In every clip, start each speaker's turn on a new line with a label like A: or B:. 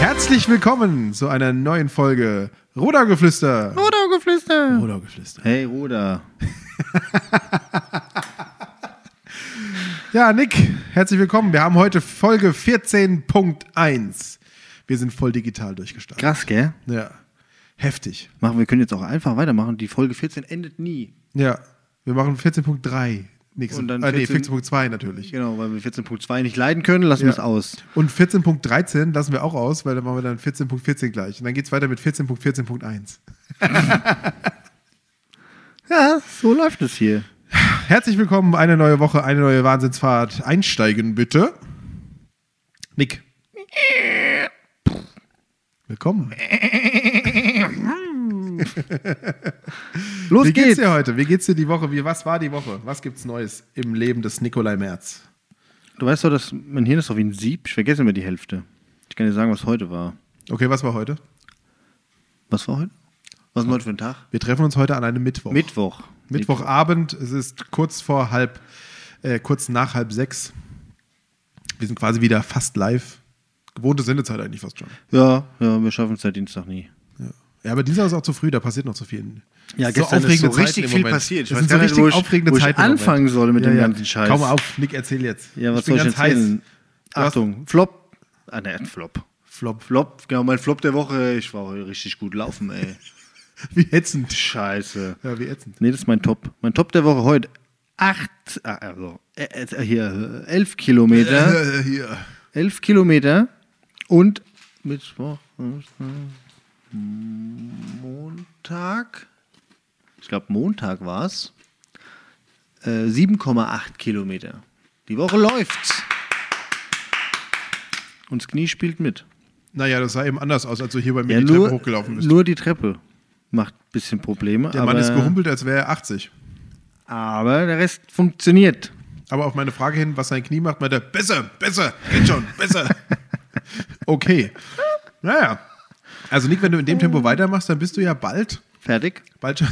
A: Herzlich willkommen zu einer neuen Folge Rudergeflüster.
B: Rudergeflüster.
A: Rudergeflüster.
B: Hey Ruder.
A: Ja, Nick, herzlich willkommen. Wir haben heute Folge 14.1. Wir sind voll digital durchgestartet.
B: Krass, gell?
A: Ja. Heftig.
B: Machen wir können jetzt auch einfach weitermachen. Die Folge 14 endet nie.
A: Ja. Wir machen 14.3. Nächste,
B: Und dann
A: äh, nee,
B: 14
A: 14.2 natürlich.
B: Genau, weil wir 14.2 nicht leiden können, lassen wir es
A: Ja.
B: aus.
A: Und 14.13 lassen wir auch aus, weil dann machen wir dann 14.14 gleich. Und dann geht's weiter mit 14.14.1.
B: Ja, so läuft es hier.
A: Herzlich willkommen, eine neue Woche, eine neue Wahnsinnsfahrt. Einsteigen bitte. Nick. Willkommen.
B: Los
A: Wie geht's
B: geht's.
A: dir heute? Wie geht's dir die Woche? Wie, was war die Woche? Was gibt's Neues im Leben des Nikolai Merz?
B: Du weißt doch, dass mein Hirn ist doch wie ein Sieb. Ich vergesse immer die Hälfte. Ich kann dir sagen, was heute war.
A: Okay, was war heute?
B: Was war heute? Was war heute für ein Tag?
A: Wir treffen uns heute an einem Mittwoch.
B: Mittwoch.
A: Mittwochabend, es ist kurz vor halb, äh, kurz nach halb sechs. Wir sind quasi wieder fast live. Gewohnte Sendezeit eigentlich fast schon.
B: Ja, ja, wir schaffen es seit Dienstag nie.
A: Ja. ja, aber dieser ist auch zu früh, da passiert noch zu viel. Zeiten im Moment. Es
B: weiß
A: sind so
B: gar nicht,
A: richtig
B: wo ich,
A: aufregende
B: wo ich
A: Zeiten. im Moment.
B: anfangen soll mit
A: Ja,
B: dem
A: ja.
B: ganzen Scheiß.
A: Kaum auf, Nick, erzähl jetzt.
B: Ja, was
A: ich bin
B: soll ich
A: ganz
B: erzählen?
A: Du hast-
B: Achtung, Flop. Ah, ne, Flop.
A: heiß. Flop.
B: Flop, genau, mein Flop der Woche. Ich war heute richtig gut laufen, ey.
A: Wie ätzend.
B: Scheiße.
A: Ja, wie ätzend.
B: Nee, das ist mein Top. Mein Top der Woche heute. Acht, ah, also, äh, äh, hier, äh, elf Kilometer.
A: Äh, hier.
B: Elf Kilometer und Mittwoch, äh, Montag. Ich glaube, Montag war es. Äh, 7,8 Kilometer. Die Woche läuft's. Und das Knie spielt mit.
A: Naja, das sah eben anders aus, als du hier bei mir
B: Ja,
A: die
B: nur,
A: Treppe hochgelaufen bist.
B: nur die Treppe macht ein bisschen Probleme.
A: Der
B: aber,
A: Mann ist gehumpelt, als wäre er 80.
B: aber der Rest funktioniert.
A: Aber auf meine Frage hin, was sein Knie macht, meinte er, besser, besser, geht schon, besser. okay. Naja. Also Nick, wenn du in dem Tempo weitermachst, dann bist du ja bald,
B: Fertig.
A: bald schon.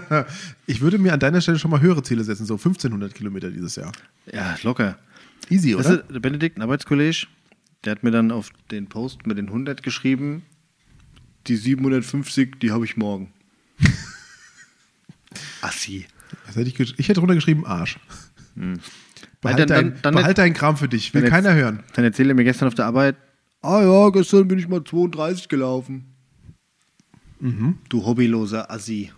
A: ich würde mir an deiner Stelle schon mal höhere Ziele setzen, so 1500 Kilometer dieses Jahr.
B: Ja, locker.
A: Easy,
B: Das ist der Benedikt, ein Arbeitskollege, der hat mir dann auf den Post mit den 100 geschrieben, die 750, die habe ich morgen. Assi.
A: Was hätte ich, gesch- ich hätte runtergeschrieben, Arsch. Behalt,
B: Hm. Dann- dann-
A: dein,
B: dann-
A: behalt deinen Kram für dich, will
B: Dann
A: keiner
B: erz-
A: hören.
B: Dann erzählt er mir gestern auf der Arbeit, ah ja, gestern bin ich mal 32 gelaufen.
A: Mhm.
B: Du hobbyloser Assi.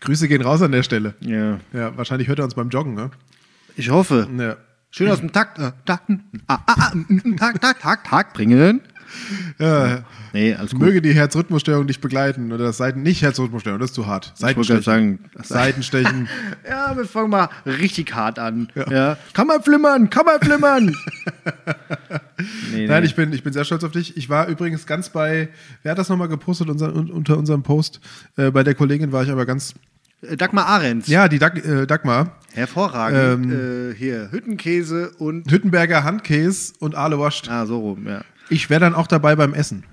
A: Grüße gehen raus an der Stelle.
B: ja.
A: Ja, wahrscheinlich hört er uns beim Joggen, ne?
B: Ich hoffe.
A: Ja.
B: Schön aus dem Takt, äh, Takt, ah, ah, ah, mm, mm, Takt, Takt, Takt, Takt bringen.
A: ja.
B: Nee, alles gut.
A: Möge die Herzrhythmusstörung dich begleiten oder das Seiten nicht Herzrhythmusstörung, das ist zu hart.
B: ich wollte gerade
A: Seitenstechen.
B: sagen,
A: Seitenstechen.
B: ja, wir fangen mal richtig hart an.
A: Ja.
B: Ja. Kann man flimmern, kann man flimmern. nee,
A: Nein, ich bin, ich bin sehr stolz auf dich. Ich war übrigens ganz bei, wer hat das nochmal gepostet unser, un, unter unserem Post? Äh, bei der Kollegin war ich aber ganz,
B: Äh, Dagmar Ahrens.
A: ja, die Dag, äh, Dagmar.
B: Hervorragend. äh, hier, Hüttenkäse und.
A: Hüttenberger Handkäse und Aale Wascht.
B: Ah, so rum, ja.
A: Ich wäre dann auch dabei beim Essen.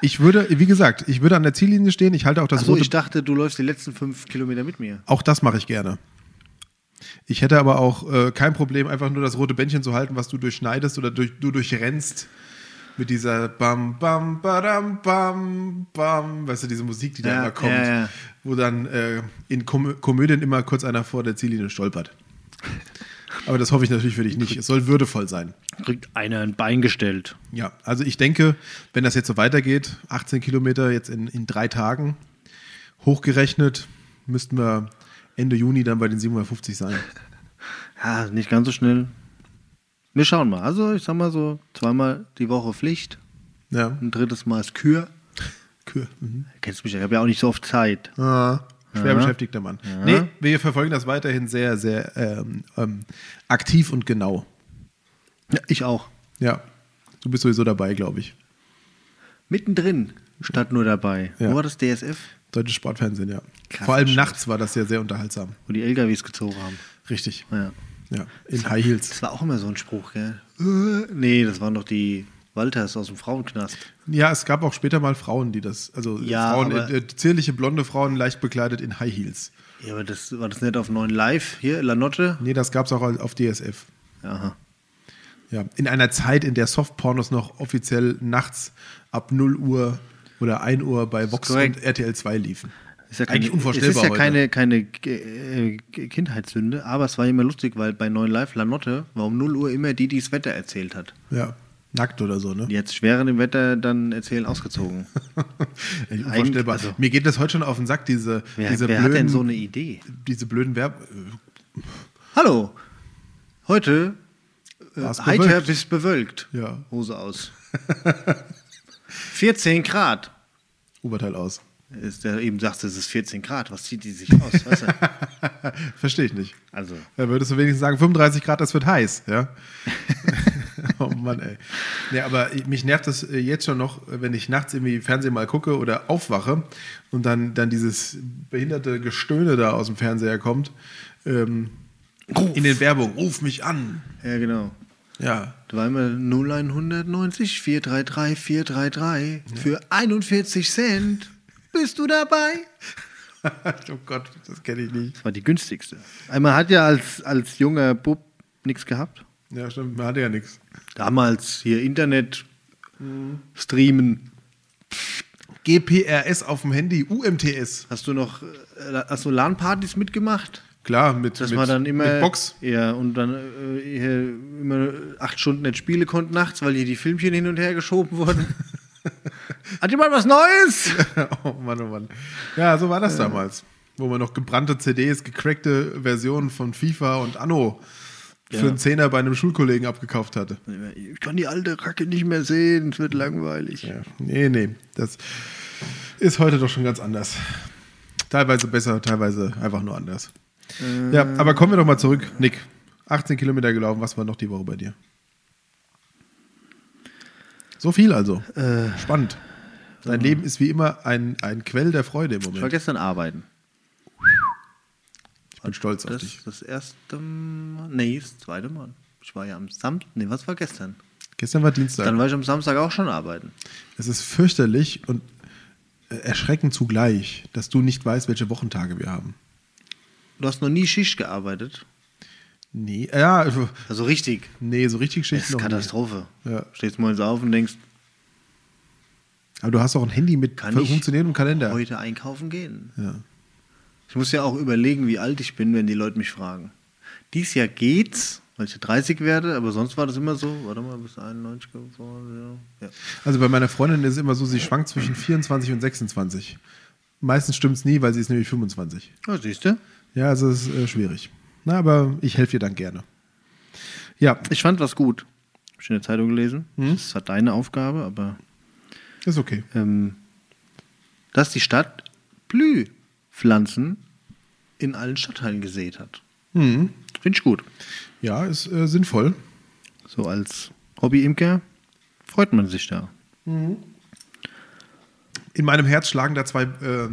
A: Ich würde, wie gesagt, ich würde an der Ziellinie stehen. Ich halte auch das
B: Achso,
A: rote.
B: ich dachte, du läufst die letzten fünf Kilometer mit mir.
A: auch das mache ich gerne. Ich hätte aber auch äh, kein Problem, einfach nur das rote Bändchen zu halten, was du durchschneidest oder durch, du durchrennst. Mit dieser Bam, Bam, Badam, Bam, Bam. Weißt du, diese Musik, die da
B: Ja,
A: immer kommt.
B: ja, ja.
A: Wo dann äh, in Kom Komödien immer kurz einer vor der Ziellinie stolpert. Aber das hoffe ich natürlich für dich nicht. Es soll würdevoll sein.
B: Kriegt einer ein Bein gestellt.
A: Ja, also ich denke, wenn das jetzt so weitergeht, 18 Kilometer jetzt in, in drei Tagen, hochgerechnet, müssten wir Ende Juni dann bei den 750 sein.
B: Ja, nicht ganz so schnell. Wir schauen mal. Also, ich sag mal so, zweimal die Woche Pflicht,
A: Ja,
B: ein drittes Mal ist Kür.
A: cool. Mhm.
B: Kennst mich, ja, ich habe ja auch nicht so oft Zeit.
A: Ah, schwer
B: Ja.
A: beschäftigter Mann. Nee, wir verfolgen das weiterhin sehr, sehr ähm, ähm, aktiv und genau.
B: Ja, ich auch.
A: Ja, du bist sowieso dabei, glaube ich.
B: Mittendrin statt nur dabei.
A: Ja.
B: Wo war das DSF?
A: Deutsches Sportfernsehen, ja.
B: Krass,
A: Vor allem
B: shit.
A: nachts war das ja sehr unterhaltsam.
B: Wo die LKWs gezogen haben.
A: Richtig.
B: Ja.
A: Ja, in High Heels.
B: Das war auch immer so ein Spruch, gell? Äh, Nee, das waren doch die Walters aus dem Frauenknast.
A: Ja, es gab auch später mal Frauen, die das, also
B: Ja,
A: Frauen,
B: aber-
A: äh, zierliche blonde Frauen, leicht bekleidet in High Heels.
B: Ja, aber das war das nicht auf 9 Live hier, Lanotte?
A: Nee, das gab's auch auf DSF.
B: Aha.
A: Ja, in einer Zeit, in der Softpornos noch offiziell nachts ab 0 Uhr oder 1 Uhr bei Vox
B: korrekt.
A: und RTL 2 liefen.
B: Ist ja
A: Eigentlich unvorstellbar
B: Es ist ja
A: heute.
B: keine, keine äh, Kindheitssünde, aber es war immer lustig, weil bei 9 Live Lanotte war um 0 Uhr immer die, die das Wetter erzählt hat.
A: Ja, nackt oder so, ne?
B: Die hat schweren im Wetter dann erzählen ausgezogen.
A: Eigentlich unvorstellbar.
B: also-
A: Mir geht das heute schon auf den Sack, diese,
B: Wer,
A: diese,
B: wer
A: blöden,
B: hat denn so eine Idee?
A: diese blöden Werb.
B: Hallo, heute äh,
A: War's
B: heiter
A: bewölkt.
B: bis bewölkt.
A: Ja.
B: Hose aus. 14 Grad.
A: Oberteil aus.
B: Ist der eben sagt, es ist 14 Grad. Was zieht die sich aus? Weißt du?
A: Verstehe ich nicht.
B: Also,
A: Da würdest du wenigstens sagen, 35 Grad, das wird heiß, ja? oh Mann, ey. Ja, aber mich nervt das äh, jetzt schon noch, wenn ich nachts irgendwie Fernsehen mal gucke oder aufwache und dann, dann dieses behinderte Gestöhne da aus dem Fernseher kommt. Ähm, in den Werbung, ruf mich an.
B: ja, genau.
A: Ja.
B: Da war immer 0190 433 433 für 41 Cent. Bist du dabei?
A: oh Gott, das kenne ich nicht.
B: Das war die günstigste. Einmal hat ja als, als junger Bub nichts gehabt.
A: Ja, stimmt, man hatte ja nichts.
B: Damals hier Internet streamen.
A: GPRS auf dem Handy, UMTS.
B: Hast du noch äh, hast du LAN-Partys mitgemacht?
A: Klar, mit,
B: Dass
A: mit,
B: man dann immer
A: mit Box.
B: ja und dann äh, hier immer acht Stunden nicht spielen konnte nachts, weil hier die Filmchen hin und her geschoben wurden. Hat jemand was Neues?
A: oh Mann, oh Mann. Ja, so war das damals. Wo man noch gebrannte CDs, gecrackte Versionen von FIFA und Anno für
B: Ja.
A: einen Zehner bei einem Schulkollegen abgekauft hatte.
B: Ich kann die alte Kacke nicht mehr sehen, es wird langweilig.
A: Ja. Nee, nee. Das ist heute doch schon ganz anders. Teilweise besser, teilweise einfach nur anders. Ja, aber kommen wir doch mal zurück. Nick, 18 Kilometer gelaufen, was war noch die Woche bei dir? So viel also. Spannend. Dein Leben ist wie immer ein, ein Quell der Freude im
B: Ich war
A: Moment.
B: gestern arbeiten.
A: Ich bin stolz auf
B: Das
A: dich.
B: ist das erste Mal. Nee, das zweite Mal. Ich war ja am Samstag. Nee, was war gestern?
A: Gestern war Dienstag.
B: Dann war ich am Samstag auch schon arbeiten.
A: es ist fürchterlich und äh, erschreckend zugleich, dass du nicht weißt, welche Wochentage wir haben.
B: Du hast noch nie Schicht gearbeitet.
A: Nee, ja, äh,
B: Also richtig.
A: nee, so richtig
B: Das
A: Schicht
B: ist
A: noch
B: Katastrophe.
A: Ja.
B: Stehst morgens auf und denkst,
A: nicht. Aber du hast auch ein Handy mit
B: kann ich
A: funktionierendem Kalender.
B: heute einkaufen gehen?
A: Ja.
B: Ich muss ja auch überlegen, wie alt ich bin, wenn die Leute mich fragen. Dies Jahr geht's, weil ich ja 30 werde, aber sonst war das immer so. Warte mal, bis 91 geworden. Ja. Ja.
A: Also bei meiner Freundin ist es immer so, sie schwankt zwischen 24 und 26. Meistens stimmt es nie, weil sie ist nämlich 25.
B: Ja, siehst du?
A: Ja, also es ist äh, schwierig. Na, aber ich helfe dir dann gerne. Ja,
B: Ich fand was gut. Hab ich in der Zeitung gelesen.
A: Hm?
B: Das war deine Aufgabe, aber
A: ist okay.
B: ähm, dass die Stadt Blühpflanzen in allen Stadtteilen gesät hat.
A: Mhm.
B: Finde ich gut.
A: Ja, ist äh, sinnvoll.
B: So als Hobby-Imker freut man sich da.
A: In meinem Herz schlagen da zwei äh,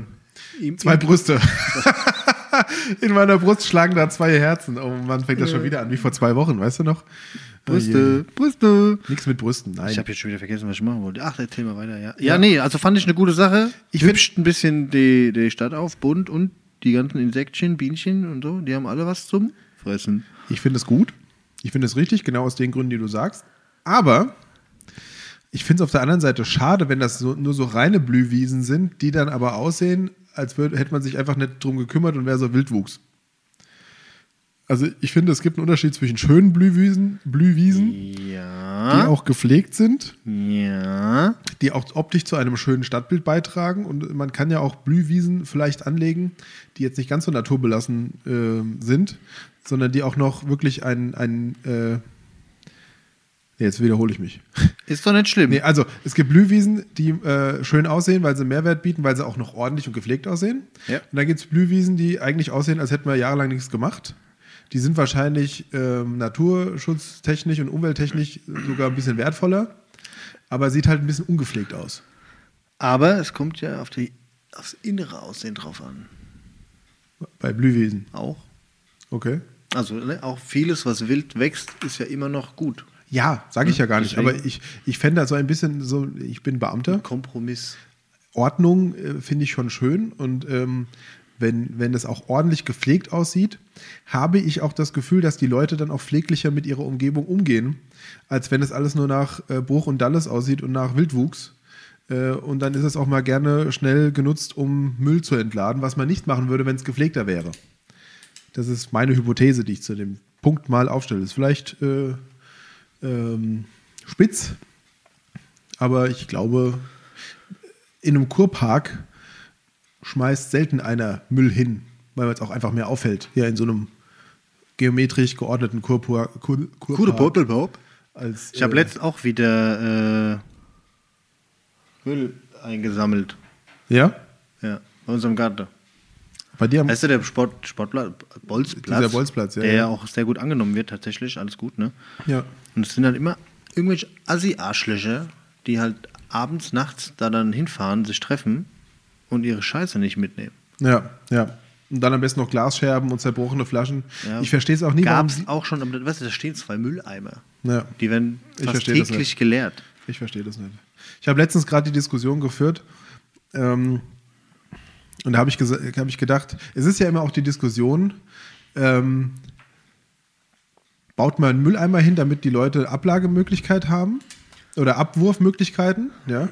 B: Im,
A: Zwei Brüste. In meiner Brust schlagen da zwei Herzen. Oh Mann, fängt das schon wieder an, wie vor zwei Wochen, weißt du noch? Oh
B: Brüste, Brüste.
A: Nichts mit Brüsten, nein.
B: Oh Ich habe jetzt schon wieder vergessen, was ich machen wollte. Ach, erzähl mal weiter, ja. Ja, nee, also fand ich eine gute Sache.
A: Ich
B: Ich hübscht ein bisschen die, die Stadt auf, bunt und die ganzen Insektchen, Bienchen und so, die haben alle was zum Fressen.
A: Ich finde es gut. Ich finde es richtig, genau aus den Gründen, die du sagst. Aber ich finde es auf der anderen Seite schade, wenn das so, nur so reine Blühwiesen sind, die dann aber aussehen, als würd, hätte man sich einfach nicht drum gekümmert und wäre so Wildwuchs. Also ich finde, es gibt einen Unterschied zwischen schönen Blühwiesen, Blühwiesen die
B: Ja.
A: auch gepflegt sind,
B: Ja.
A: die auch optisch zu einem schönen Stadtbild beitragen. Und man kann ja auch Blühwiesen vielleicht anlegen, die jetzt nicht ganz so naturbelassen ähm, sind, sondern die auch noch wirklich ein. ein äh, nee, jetzt wiederhole ich mich.
B: Ist doch nicht schlimm.
A: Nee, also es gibt Blühwiesen, die äh, schön aussehen, weil sie Mehrwert bieten, weil sie auch noch ordentlich und gepflegt aussehen.
B: Ja.
A: Und dann gibt es Blühwiesen, die eigentlich aussehen, als hätten wir jahrelang nichts gemacht. Die sind wahrscheinlich ähm, naturschutztechnisch und umwelttechnisch sogar ein bisschen wertvoller, aber sieht halt ein bisschen ungepflegt aus.
B: Aber es kommt ja auf die, aufs innere Aussehen drauf an.
A: Bei Blühwiesen.
B: Auch.
A: Okay.
B: Also ne, auch vieles, was wild wächst, ist ja immer noch gut.
A: Ja, sage ich ja gar nicht.
B: deswegen.
A: Aber ich, ich fände da so ein bisschen so, ich bin Beamter.
B: Kompromiss.
A: Ordnung äh, finde ich schon schön und ähm, wenn, wenn das auch ordentlich gepflegt aussieht, habe ich auch das Gefühl, dass die Leute dann auch pfleglicher mit ihrer Umgebung umgehen, als wenn es alles nur nach äh, Bruch und Dalles aussieht und nach Wildwuchs. Äh, und dann ist es auch mal gerne schnell genutzt, um Müll zu entladen, was man nicht machen würde, wenn es gepflegter wäre. Das ist meine Hypothese, die ich zu dem Punkt mal aufstelle. Ist vielleicht äh, ähm, spitz, aber ich glaube, in einem Kurpark schmeißt selten einer Müll hin, weil es auch einfach mehr auffällt. Ja, in so einem geometrisch geordneten Kurpur, Kur,
B: Gute
A: Kurpark.
B: Popel, Pop.
A: Als,
B: Ich habe
A: äh,
B: letztens auch wieder äh, Müll eingesammelt.
A: Ja,
B: Ja, bei unserem Garten.
A: bei dir am
B: Weißt du, der Sport, Sportplatz, Bolzplatz,
A: Dieser Bolzplatz, ja,
B: der
A: ja.
B: ja auch sehr gut angenommen wird, tatsächlich, alles gut, ne?
A: ja.
B: Und es sind halt immer irgendwelche Assi-Arschlöcher, die halt abends, nachts da dann hinfahren, sich treffen und ihre Scheiße nicht mitnehmen.
A: Ja, ja. Und dann am besten noch Glasscherben und zerbrochene Flaschen.
B: Ja.
A: Ich verstehe es auch nie, warum
B: Gab's
A: sie-
B: auch schon, aber weißt du, da stehen zwei Mülleimer.
A: Ja.
B: Die werden
A: Ich
B: fast
A: versteh das
B: täglich
A: nicht.
B: geleert.
A: Ich verstehe das nicht. Ich habe letztens gerade die Diskussion geführt ähm, und da habe ich, gesa- hab ich gedacht, es ist ja immer auch die Diskussion, ähm, baut man einen Mülleimer hin, damit die Leute Ablagemöglichkeit haben oder Abwurfmöglichkeiten, ja?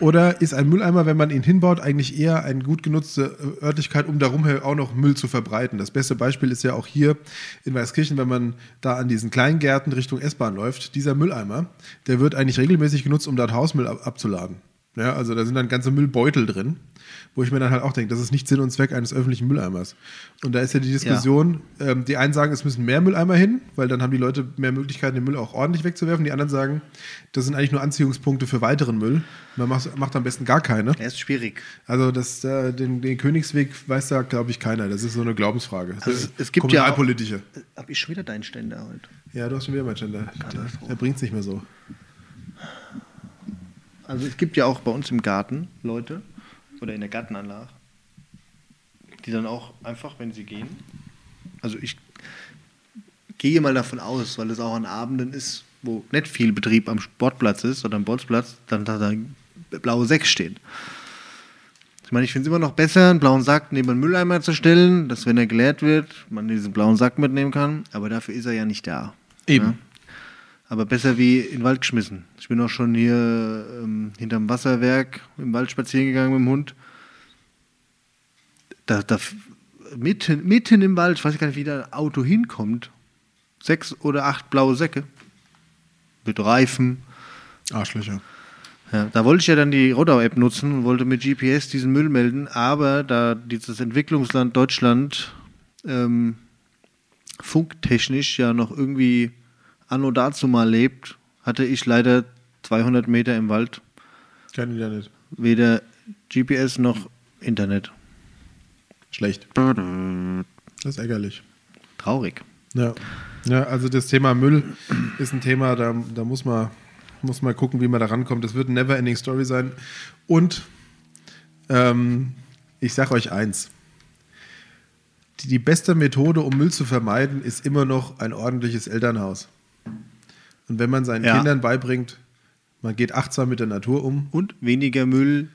A: Oder ist ein Mülleimer, wenn man ihn hinbaut, eigentlich eher eine gut genutzte äh, Örtlichkeit, um darum her auch noch Müll zu verbreiten? Das beste Beispiel ist ja auch hier in Weißkirchen, wenn man da an diesen Kleingärten Richtung S-Bahn läuft. Dieser Mülleimer, der wird eigentlich regelmäßig genutzt, um dort Hausmüll ab abzuladen. Ja, also da sind dann ganze Müllbeutel drin, wo ich mir dann halt auch denke, das ist nicht Sinn und Zweck eines öffentlichen Mülleimers. Und da ist ja die Diskussion, ähm, die einen sagen, es müssen mehr Mülleimer hin, weil dann haben die Leute mehr Möglichkeiten, den Müll auch ordentlich wegzuwerfen. Die anderen sagen, das sind eigentlich nur Anziehungspunkte für weiteren Müll. Man macht, macht am besten gar keine.
B: Er ist schwierig.
A: Also das, äh, den, den Königsweg weiß da, glaube ich, keiner. Das ist so eine Glaubensfrage.
B: Also es- es gibt ja auch-
A: Kommunalpolitische.
B: Äh, Hab ich schon wieder deinen Ständer heute.
A: Ja, du hast schon wieder mein Gender.
B: Katastrophe.
A: Der bringt es nicht mehr so.
B: Also es gibt ja auch bei uns im Garten Leute oder in der Gartenanlage, die dann auch einfach, wenn sie gehen, also ich gehe mal davon aus, weil es auch an Abenden ist, wo nicht viel Betrieb am Sportplatz ist oder am Bolzplatz, dann da, da blaue Sechs stehen. Ich meine, ich finde es immer noch besser, einen blauen Sack neben einen Mülleimer zu stellen, dass wenn er geleert wird, man diesen blauen Sack mitnehmen kann, aber dafür ist er ja nicht da.
A: Eben.
B: Ja? Aber besser wie in den Wald geschmissen. Ich bin auch schon hier ähm, hinterm Wasserwerk im Wald spazieren gegangen mit dem Hund. Da, da, f- mitten, mitten im Wald, ich weiß gar nicht, wie da ein Auto hinkommt. Sechs oder acht blaue Säcke. Mit Reifen.
A: Arschlöcher.
B: Ja, da wollte ich ja dann die Rodau-App nutzen und wollte mit GPS diesen Müll melden, aber da dieses Entwicklungsland Deutschland ähm, funktechnisch ja noch irgendwie anno dazu mal lebt, hatte ich leider 200 Meter im Wald
A: Kein Internet.
B: weder GPS noch Internet.
A: Schlecht. Das ist ärgerlich.
B: Traurig.
A: Ja. ja, also das Thema Müll ist ein Thema, da, da muss, man, muss man gucken, wie man da rankommt. Das wird eine never-ending Story sein. Und ähm, ich sage euch eins. Die, die beste Methode, um Müll zu vermeiden, ist immer noch ein ordentliches Elternhaus. Und wenn man seinen
B: Ja.
A: Kindern beibringt, man geht achtsam mit der Natur um,
B: Und weniger Müll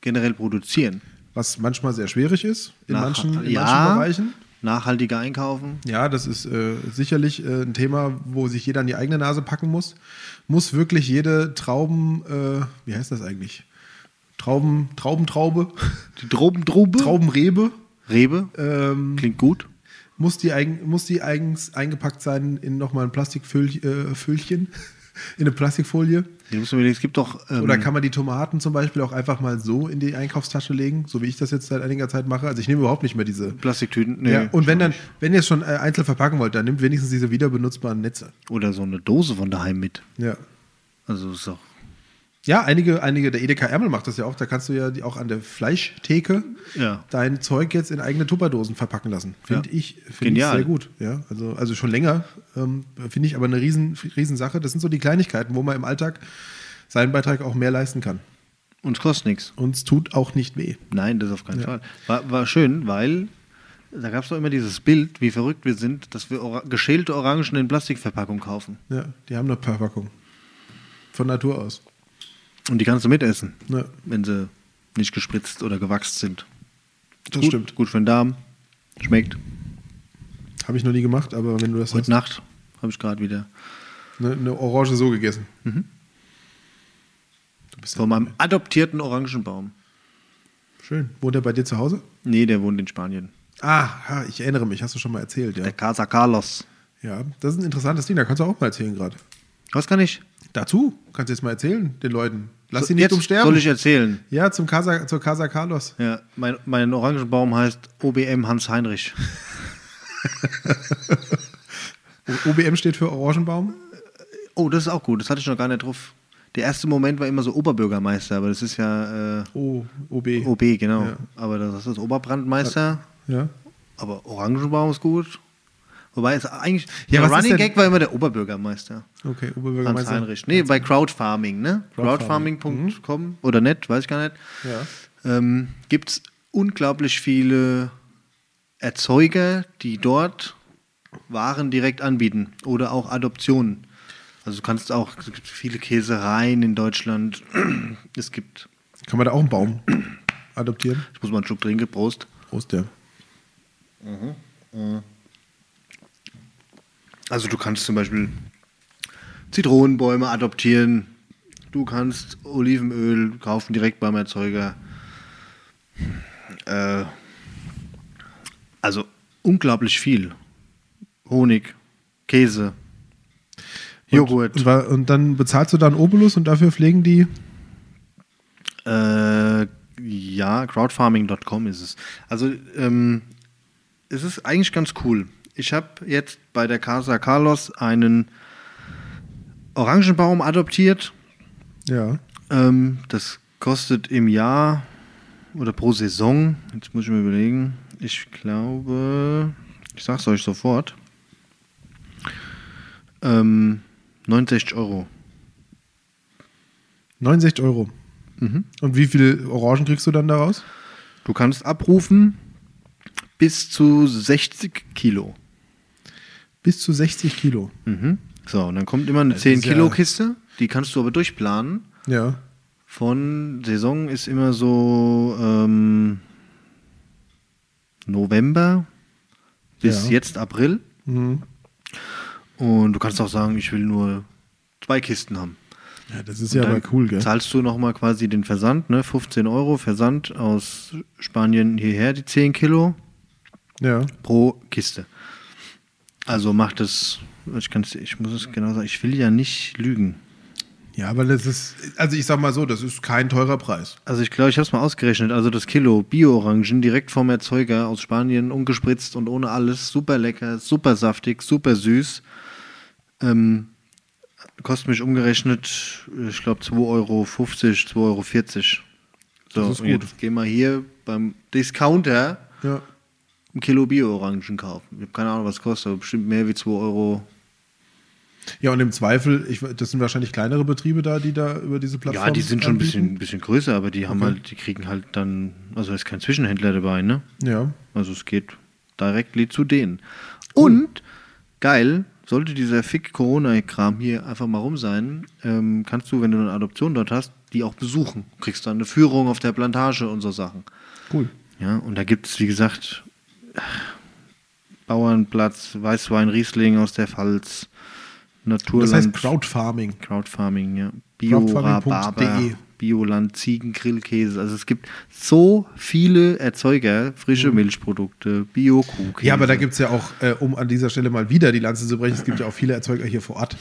B: generell produzieren.
A: was manchmal sehr schwierig ist, in,
B: Nach-
A: manchen, in
B: ja,
A: manchen Bereichen.
B: Nachhaltiger einkaufen.
A: Ja, das ist äh, sicherlich äh, ein Thema, wo sich jeder an die eigene Nase packen muss. Muss wirklich jede Trauben, äh, wie heißt das eigentlich? Trauben, Traubentraube,
B: Die Drobentrube.
A: Traubenrebe,
B: Rebe.
A: ähm,
B: Klingt gut.
A: muss, die eigen, muss die eigens eingepackt sein in nochmal ein Plastikfüllchen, äh, Füllchen, in eine Plastikfolie?
B: Die müssen wir- Es gibt doch. ähm,
A: Oder kann man die Tomaten zum Beispiel auch einfach mal so in die Einkaufstasche legen, so wie ich das jetzt seit einiger Zeit mache? Also ich nehme überhaupt nicht mehr diese.
B: Plastiktüten, nee.
A: ja, und wenn dann, wenn ihr es schon äh, einzeln verpacken wollt, dann nehmt wenigstens diese wieder benutzbaren Netze.
B: Oder so eine Dose von daheim mit.
A: Ja.
B: Also ist auch.
A: Ja, einige, einige, der Edeka Ärmel macht das ja auch. Da kannst du ja die, auch an der Fleischtheke
B: Ja.
A: dein Zeug jetzt in eigene Tupperdosen verpacken lassen. Finde
B: Ja.
A: ich, find ich
B: Genial.
A: sehr gut. Ja, also, also schon länger, ähm, finde ich aber eine riesen, riesen Sache. Das sind so die Kleinigkeiten, wo man im Alltag seinen Beitrag auch mehr leisten kann.
B: Uns kostet nichts.
A: Und es tut auch nicht weh.
B: Nein, das auf keinen Fall. War, war schön, weil da gab es doch immer dieses Bild, wie verrückt wir sind, dass wir ora geschälte Orangen in Plastikverpackung kaufen.
A: Ja, die haben eine Verpackung. Von Natur aus.
B: Und die kannst du mitessen,
A: Ja.
B: wenn sie nicht gespritzt oder gewachst sind.
A: Das
B: gut,
A: stimmt.
B: Gut für den Darm. Schmeckt.
A: Habe ich noch nie gemacht, aber wenn du das
B: Heute
A: hast,
B: Nacht habe ich gerade wieder
A: eine, eine Orange so gegessen. Du bist
B: Mhm. von meinem adoptierten Orangenbaum.
A: schön. Wohnt er bei dir zu Hause?
B: Nee, der wohnt in Spanien.
A: Ah, ha, ich erinnere mich, hast du schon mal erzählt, ja.
B: Der Casa Carlos.
A: Ja, das ist ein interessantes Ding, da kannst du auch mal erzählen gerade.
B: Was kann ich?
A: Dazu kannst du jetzt mal erzählen, den Leuten. Lass
B: So,
A: sie nicht
B: jetzt
A: umsterben.
B: Soll ich erzählen?
A: ja, zum Casa, zur Casa Carlos.
B: Ja, mein, mein Orangenbaum heißt OBM Hans Heinrich.
A: O- OBM steht für Orangenbaum.
B: Oh, das ist auch gut. Das hatte ich noch gar nicht drauf. Der erste Moment war immer so Oberbürgermeister, aber das ist ja äh,
A: O, OB.
B: OB, genau.
A: Ja.
B: Aber das ist das Oberbrandmeister.
A: Ja.
B: Aber Orangenbaum ist gut. Wobei es eigentlich.
A: Ja,
B: Ja,
A: was ist
B: Running
A: denn-
B: Gag war immer der Oberbürgermeister.
A: Okay,
B: Hans
A: Oberbürgermeister.
B: Heinrich. Nee, bei Crowdfarming, ne?
A: Crowdfarming. Mhm.
B: Crowdfarming.com oder net, weiß ich gar nicht.
A: Ja.
B: Ähm, Gibt es unglaublich viele Erzeuger, die dort Waren direkt anbieten oder auch Adoptionen. Also du kannst auch, es gibt viele Käsereien in Deutschland. Es gibt,
A: Kann man da auch einen Baum adoptieren?
B: ich muss mal einen Schluck trinken, Prost.
A: Prost, ja.
B: Also du kannst zum Beispiel Zitronenbäume adoptieren. Du kannst Olivenöl kaufen direkt beim Erzeuger. Äh, also unglaublich viel. Honig, Käse, Joghurt.
A: Und, wa- und dann bezahlst du da einen Obolus und dafür pflegen die.
B: Äh, ja, crowdfarming.com ist es. Also, ähm, es ist eigentlich ganz cool. Ich habe jetzt bei der Casa Carlos einen Orangenbaum adoptiert.
A: Ja.
B: Ähm, das kostet im Jahr oder pro Saison, jetzt muss ich mir überlegen, ich glaube, ich sag's euch sofort, ähm, 69 Euro.
A: 69 Euro.
B: Mhm.
A: Und wie viele Orangen kriegst du dann daraus?
B: Du kannst abrufen bis zu 60 Kilo.
A: Bis zu 60 Kilo.
B: Mhm. So, und dann kommt immer eine
A: Das ist
B: 10 Kilo
A: ja-
B: Kiste, die kannst du aber durchplanen.
A: Ja.
B: Von Saison ist immer so ähm, November bis
A: Ja.
B: jetzt April.
A: Mhm.
B: Und du kannst auch sagen, ich will nur zwei Kisten haben.
A: Ja, das ist ja
B: Dann
A: aber cool, gell?
B: Zahlst du nochmal quasi den Versand, ne? 15 Euro Versand aus Spanien hierher, die 10 Kilo.
A: Ja.
B: pro Kiste. Also macht es, ich, kann's, ich muss es genau sagen, ich will ja nicht lügen.
A: Ja, aber das ist, also ich sag mal so, das ist kein teurer Preis.
B: Also ich glaube, ich habe es mal ausgerechnet. Also das Kilo Bio-Orangen direkt vom Erzeuger aus Spanien, ungespritzt und ohne alles, super lecker, super saftig, super süß. Ähm, kostet mich umgerechnet, ich glaube 2,50 Euro, 2,40 Euro. So,
A: Das ist gut.
B: und jetzt gehen wir hier beim Discounter
A: Ja.
B: ein Kilo Bio-Orangen kaufen. Ich habe keine Ahnung, was kostet, aber bestimmt mehr wie 2 Euro
A: Ja, und im Zweifel, ich, das sind wahrscheinlich kleinere Betriebe da, die da über diese Plattform.
B: Ja, die sind schon ein bisschen,
A: anbieten.
B: bisschen größer, aber die haben
A: Okay.
B: halt, die kriegen halt dann, also da ist kein Zwischenhändler dabei, ne?
A: Ja.
B: Also es geht direkt zu denen. Und geil, sollte dieser Fick-Corona-Kram hier einfach mal rum sein, ähm, kannst du, wenn du eine Adoption dort hast, die auch besuchen. Kriegst dann eine Führung auf der Plantage und so Sachen.
A: Cool.
B: Ja, und da gibt es, wie gesagt, Bauernplatz, Weißwein, Riesling aus der Pfalz,
A: Das
B: Naturland.
A: heißt Crowdfarming.
B: Crowdfarming, ja.
A: Crowdfarming.de. E.
B: Bio-Rhabarber, Bioland, Ziegen, Grillkäse. Also es gibt so viele Erzeuger, frische Milchprodukte, Bio-Kuhkäse.
A: Mhm. Ja, aber da gibt es ja auch, äh, um an dieser Stelle mal wieder die Lanze zu brechen, es gibt ja auch viele Erzeuger hier vor Ort.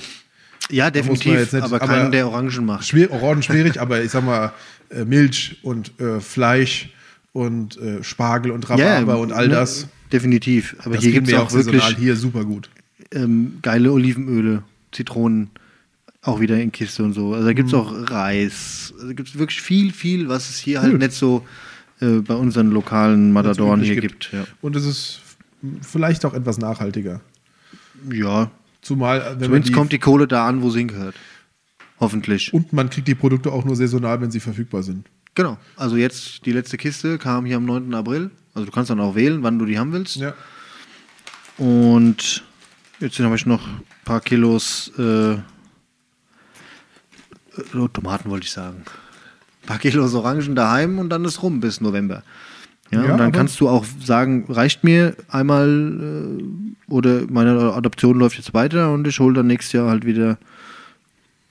B: Ja,
A: muss man
B: definitiv,
A: jetzt nicht-
B: aber
A: aber-
B: keinen, der Orangen macht.
A: Schwer, Orangen schwierig, aber ich sag mal, äh, Milch und äh, Fleisch und äh, Spargel und Rhabarber und all
B: ne,
A: das.
B: Definitiv. Aber
A: das
B: hier
A: ging
B: gibt es
A: mir
B: auch wirklich
A: saisonal hier super gut.
B: ähm, geile Olivenöle, Zitronen, auch wieder in Kiste und so. Also da
A: Mhm.
B: gibt es auch Reis. Also da gibt es wirklich viel, viel, was es hier halt nicht so äh, bei unseren lokalen Matadoren
A: üblich
B: hier
A: gibt.
B: gibt.
A: Und es ist vielleicht auch etwas nachhaltiger.
B: Ja. ja,
A: Zumal, äh, wenn
B: Zumindest
A: man
B: kommt die Kohle da an, wo sie hingehört. Hoffentlich.
A: und man kriegt die Produkte auch nur saisonal, wenn sie verfügbar sind.
B: genau. Also jetzt die letzte Kiste kam hier am 9. April. Also du kannst dann auch wählen, wann du die haben willst.
A: Ja.
B: Und jetzt habe ich noch ein paar Kilos äh, äh, Tomaten, wollte ich sagen. Ein paar Kilos Orangen daheim und dann ist rum bis November.
A: Ja,
B: Ja, und dann
A: aber-
B: kannst du auch sagen, reicht mir einmal äh, oder meine Adoption läuft jetzt weiter und ich hole dann nächstes Jahr halt wieder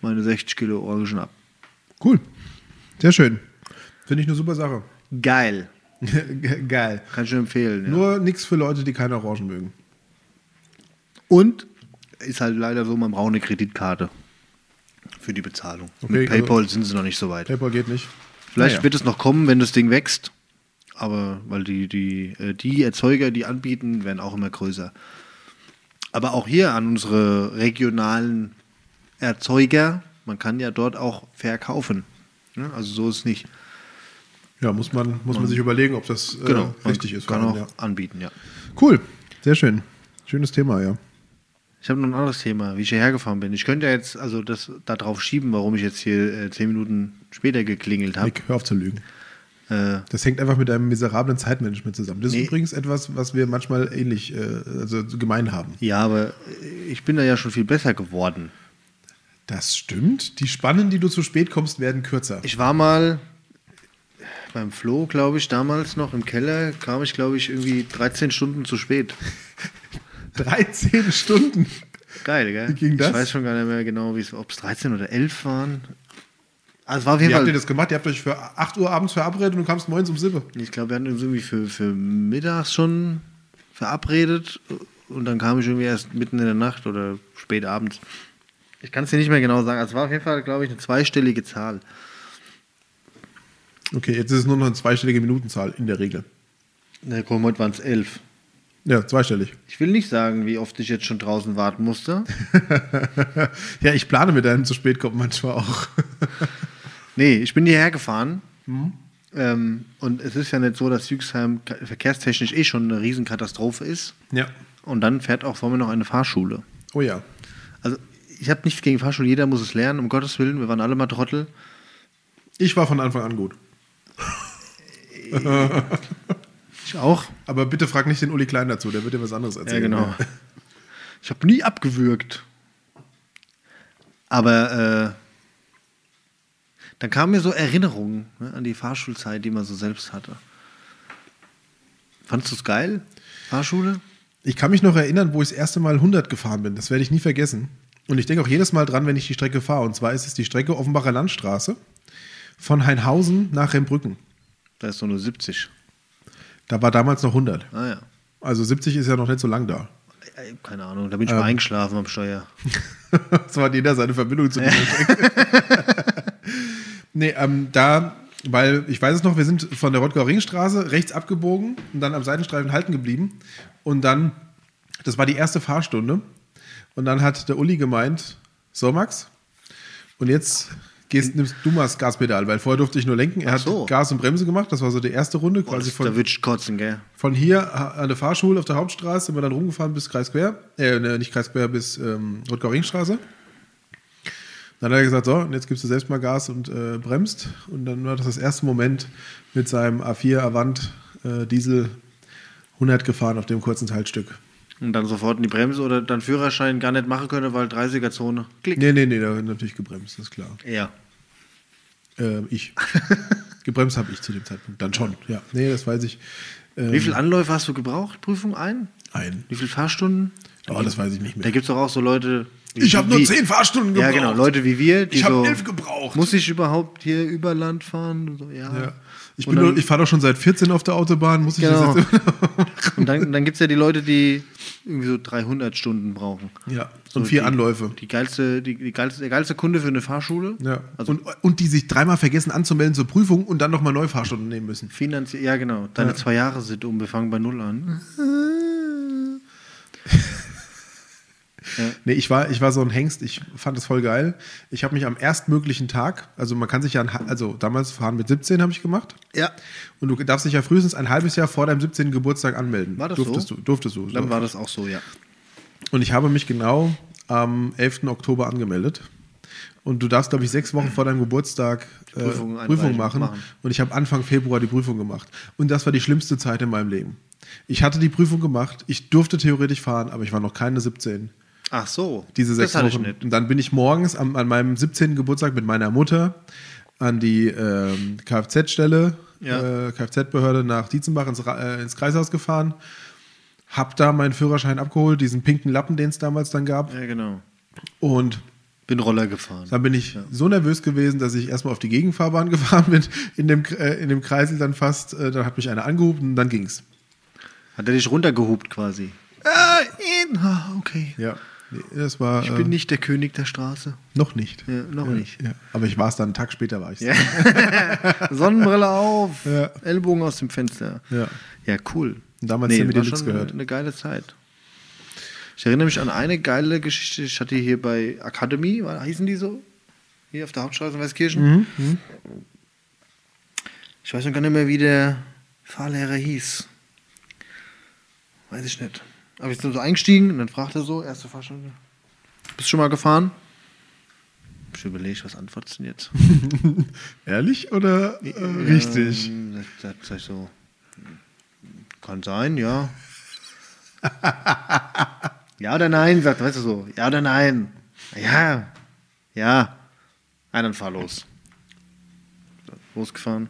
B: meine 60 Kilo Orangen ab.
A: Cool. Sehr schön. Finde ich eine super Sache.
B: Geil.
A: Ge- Geil.
B: Kann ich nur empfehlen. Ja.
A: Nur nichts für Leute, die keine Orangen mögen.
B: Und ist halt leider so, man braucht eine Kreditkarte für die Bezahlung. Mit
A: also-
B: PayPal sind sie noch nicht so weit.
A: PayPal geht nicht.
B: Vielleicht
A: Naja.
B: wird es noch kommen, wenn das Ding wächst. Aber weil die, die, äh, die Erzeuger, die anbieten, werden auch immer größer. Aber auch hier an unsere regionalen Erzeuger, man kann ja dort auch verkaufen. Ne? Also so ist es nicht.
A: Ja, muss man, muss man sich überlegen, ob das äh,
B: Genau, man
A: richtig ist.
B: Kann
A: vor
B: auch
A: allem,
B: anbieten, ja.
A: ja. Cool. Sehr schön. Schönes Thema, ja.
B: Ich habe noch ein anderes Thema, wie ich hierher gefahren bin. Ich könnte ja jetzt also das da drauf schieben, warum ich jetzt hier äh, zehn Minuten später geklingelt habe.
A: Nick, hör auf zu lügen.
B: Äh,
A: Das hängt einfach mit deinem miserablen Zeitmanagement zusammen. Das
B: Nee.
A: ist übrigens etwas, was wir manchmal ähnlich, äh, also gemein haben.
B: ja, aber äh, ich bin da ja schon viel besser geworden.
A: Das stimmt. Die Spannen, die du zu spät kommst, werden kürzer.
B: Ich war mal beim Flo, glaube ich, damals noch im Keller, kam ich, glaube ich, irgendwie 13 Stunden zu spät.
A: 13 Stunden.
B: Geil, gell?
A: Wie ging das?
B: Ich weiß schon gar nicht mehr genau, wie es- ob es 13 oder 11 waren. Also es war auf jeden
A: Wie habt ihr
B: Fall.
A: das gemacht? Ihr habt euch für 8 Uhr abends verabredet und du kamst morgens um 7.
B: Ich glaube, wir hatten uns irgendwie für, für mittags schon verabredet und dann kam ich irgendwie erst mitten in der Nacht oder spät abends. Ich kann es dir nicht mehr genau sagen. Also es war auf jeden Fall, glaube ich, eine zweistellige Zahl.
A: Okay, jetzt ist es nur noch eine zweistellige Minutenzahl in der Regel.
B: Na komm, heute waren es 11.
A: Ja, zweistellig.
B: Ich will nicht sagen, wie oft ich jetzt schon draußen warten musste.
A: ja, ich plane mit deinem zu spät kommen manchmal auch.
B: Nee, ich bin hierher gefahren. Ähm, und es ist ja nicht so, dass Jüchsheim ka- verkehrstechnisch eh schon eine Riesenkatastrophe ist.
A: ja.
B: Und dann fährt auch vor mir noch eine Fahrschule.
A: Oh ja.
B: Also ich habe nichts gegen Fahrschule, jeder muss es lernen, um Gottes Willen, wir waren alle mal Trottel.
A: Ich war von Anfang an gut.
B: Ich auch.
A: Aber bitte frag nicht den Uli Klein dazu, der wird dir was anderes erzählen.
B: genau. Ich habe nie abgewürgt. Aber äh, dann kamen mir so Erinnerungen ne, an die Fahrschulzeit, die man so selbst hatte. Fandst du es geil? Fahrschule?
A: Ich kann mich noch erinnern, wo ich das erste Mal 100 gefahren bin. Das werde ich nie vergessen. Und ich denke auch jedes Mal dran, wenn ich die Strecke fahre. Und zwar ist es die Strecke Offenbacher Landstraße von Heinhausen nach Rembrücken.
B: Da ist so nur 70.
A: Da war damals noch 100.
B: Ah ja.
A: Also 70 ist ja noch nicht so lang da.
B: Ey, Keine Ahnung, da bin ich
A: Ähm.
B: mal eingeschlafen am Steuer.
A: das war jeder seine Verbindung zu dieser Strecke. nee, ähm, da, weil ich weiß es noch, wir sind von der Rottgauer Ringstraße rechts abgebogen und dann am Seitenstreifen halten geblieben. Und dann, das war die erste Fahrstunde. Und dann hat der Uli gemeint, so Max, und jetzt gehst, nimmst du mal das Gaspedal, weil vorher durfte ich nur lenken. Er
B: Ach
A: hat
B: so.
A: Gas und Bremse gemacht, das war so die erste Runde.
B: Boah,
A: Quasi
B: das,
A: von,
B: da würd ich kotzen, gell?
A: von hier an der Fahrschule auf der Hauptstraße sind wir dann rumgefahren bis Kreis Quer, äh, ne, nicht Kreis Quer, bis ähm, Rottgau Ringstraße. Dann hat er gesagt, so, und jetzt gibst du selbst mal Gas und äh, bremst. Und dann war das das erste Moment mit seinem A4 Avant äh, Diesel 100 gefahren auf dem kurzen Teilstück.
B: Und dann sofort in die Bremse oder dann Führerschein gar nicht machen können, weil 30er-Zone. Klick.
A: Nee, nee, nee, da wird natürlich gebremst, ist klar.
B: Ja.
A: Äh, ich. gebremst habe ich zu dem Zeitpunkt, dann schon, ja. Nee, das weiß ich. Ähm,
B: Wie viele Anläufe hast du gebraucht? Prüfung ein?
A: Ein.
B: Wie viele Fahrstunden?
A: Oh, das weiß ich nicht mehr.
B: Da gibt es doch auch so Leute. wie-
A: Ich habe nur
B: wie-
A: 10 Fahrstunden
B: Ja,
A: gebraucht.
B: genau. Leute wie wir. Die
A: Ich hab
B: so,
A: elf gebraucht.
B: Muss ich überhaupt hier über Land fahren? Und So, ja.
A: Ja. Ich,
B: Und
A: bin
B: dann-
A: nur- ich fahre doch schon seit 14 auf der Autobahn, muss ich
B: Genau.
A: das jetzt
B: Und dann, dann gibt es ja die Leute, die irgendwie so 300 Stunden brauchen.
A: Ja,
B: So
A: und vier
B: die,
A: Anläufe.
B: Die geilste, die, die geilste, der geilste Kunde für eine Fahrschule.
A: Ja.
B: Also
A: und, und die sich dreimal vergessen anzumelden zur Prüfung und dann nochmal neue Fahrstunden nehmen müssen.
B: finanziell, ja genau. Deine zwei Jahre sind um, wir fangen bei Null an.
A: Nee, ich war, ich war so ein Hengst, ich fand das voll geil. Ich habe mich am erstmöglichen Tag, also man kann sich ja, ein, ha- also damals fahren mit 17 habe ich gemacht.
B: Ja.
A: Und du darfst dich ja frühestens ein halbes Jahr vor deinem 17. Geburtstag anmelden.
B: War das
A: durftest
B: so?
A: Du, durftest du.
B: Dann
A: so.
B: war das auch so, ja.
A: Und ich habe mich genau am 11. Oktober angemeldet. Und du darfst, glaube ich, sechs Wochen vor deinem Geburtstag äh,
B: Prüfung
A: Prüfung,
B: einreichen,
A: machen.
B: machen.
A: Und ich habe Anfang Februar die Prüfung gemacht. Und das war die schlimmste Zeit in meinem Leben. Ich hatte die Prüfung gemacht, ich durfte theoretisch fahren, aber ich war noch keine 17.
B: Ach so.
A: Diese sechs
B: das hatte
A: Wochen.
B: ich nicht.
A: Und dann bin ich morgens am, an meinem 17. Geburtstag mit meiner Mutter an die ähm, Kfz-Stelle
B: Ja.
A: äh, Kfz-Behörde nach Dietzenbach ins, Ra- äh, ins Kreishaus gefahren, hab da meinen Führerschein abgeholt, diesen pinken Lappen, den es damals dann gab.
B: Ja, genau.
A: Und
B: Bin Roller gefahren.
A: dann bin ich so nervös gewesen, dass ich erstmal auf die Gegenfahrbahn gefahren bin, in dem, K- äh, in dem Kreisel dann fast. Äh, dann hat mich einer angehoben und dann ging's.
B: Hat er dich runtergehobt quasi? Ah, in, ah, okay.
A: Ja. Nee, das war. äh,
B: Ich bin nicht der König der Straße.
A: Noch nicht.
B: Ja, noch nicht.
A: Ja. Aber ich war es dann, einen Tag später war ich es.
B: Sonnenbrille auf,
A: Ja.
B: Ellbogen aus dem Fenster.
A: Ja.
B: Ja, cool.
A: Und damals haben wir
B: war
A: dir nichts
B: schon
A: gehört.
B: Eine geile Zeit. Ich erinnere mich an eine geile Geschichte. Ich hatte hier bei Academy, war- hießen die so? Hier auf der Hauptstraße in Weißkirchen.
A: Mhm,
B: Ich weiß noch gar nicht mehr, wie der Fahrlehrer hieß. Weiß ich nicht. Aber ich bin so eingestiegen und dann fragte er so, erste Fahrstunde. Bist du schon mal gefahren? Hab Ich überlege, was antwortest du denn jetzt?
A: Ehrlich oder äh, richtig?
B: Ähm, Das, das, sag ich so. Kann sein, ja. ja oder nein, sagt, weißt du so. Ja oder nein. Ja. Ja. Ja, dann fahr los. Losgefahren.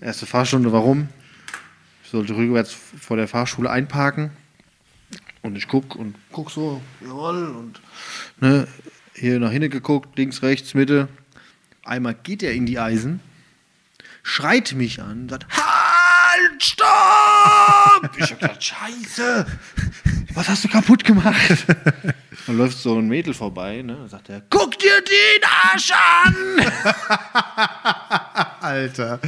B: Erste Fahrstunde, warum? Ich sollte rückwärts vor der Fahrschule einparken. Und ich guck und guck so, jawohl, und ne, hier nach hinten geguckt, links, rechts, Mitte. Einmal geht er in die Eisen schreit mich an, sagt, halt, stopp! Ich hab gedacht, scheiße, was hast du kaputt gemacht? Dann läuft so ein Mädel vorbei, ne, und sagt er, guck dir den Arsch an!
A: Alter,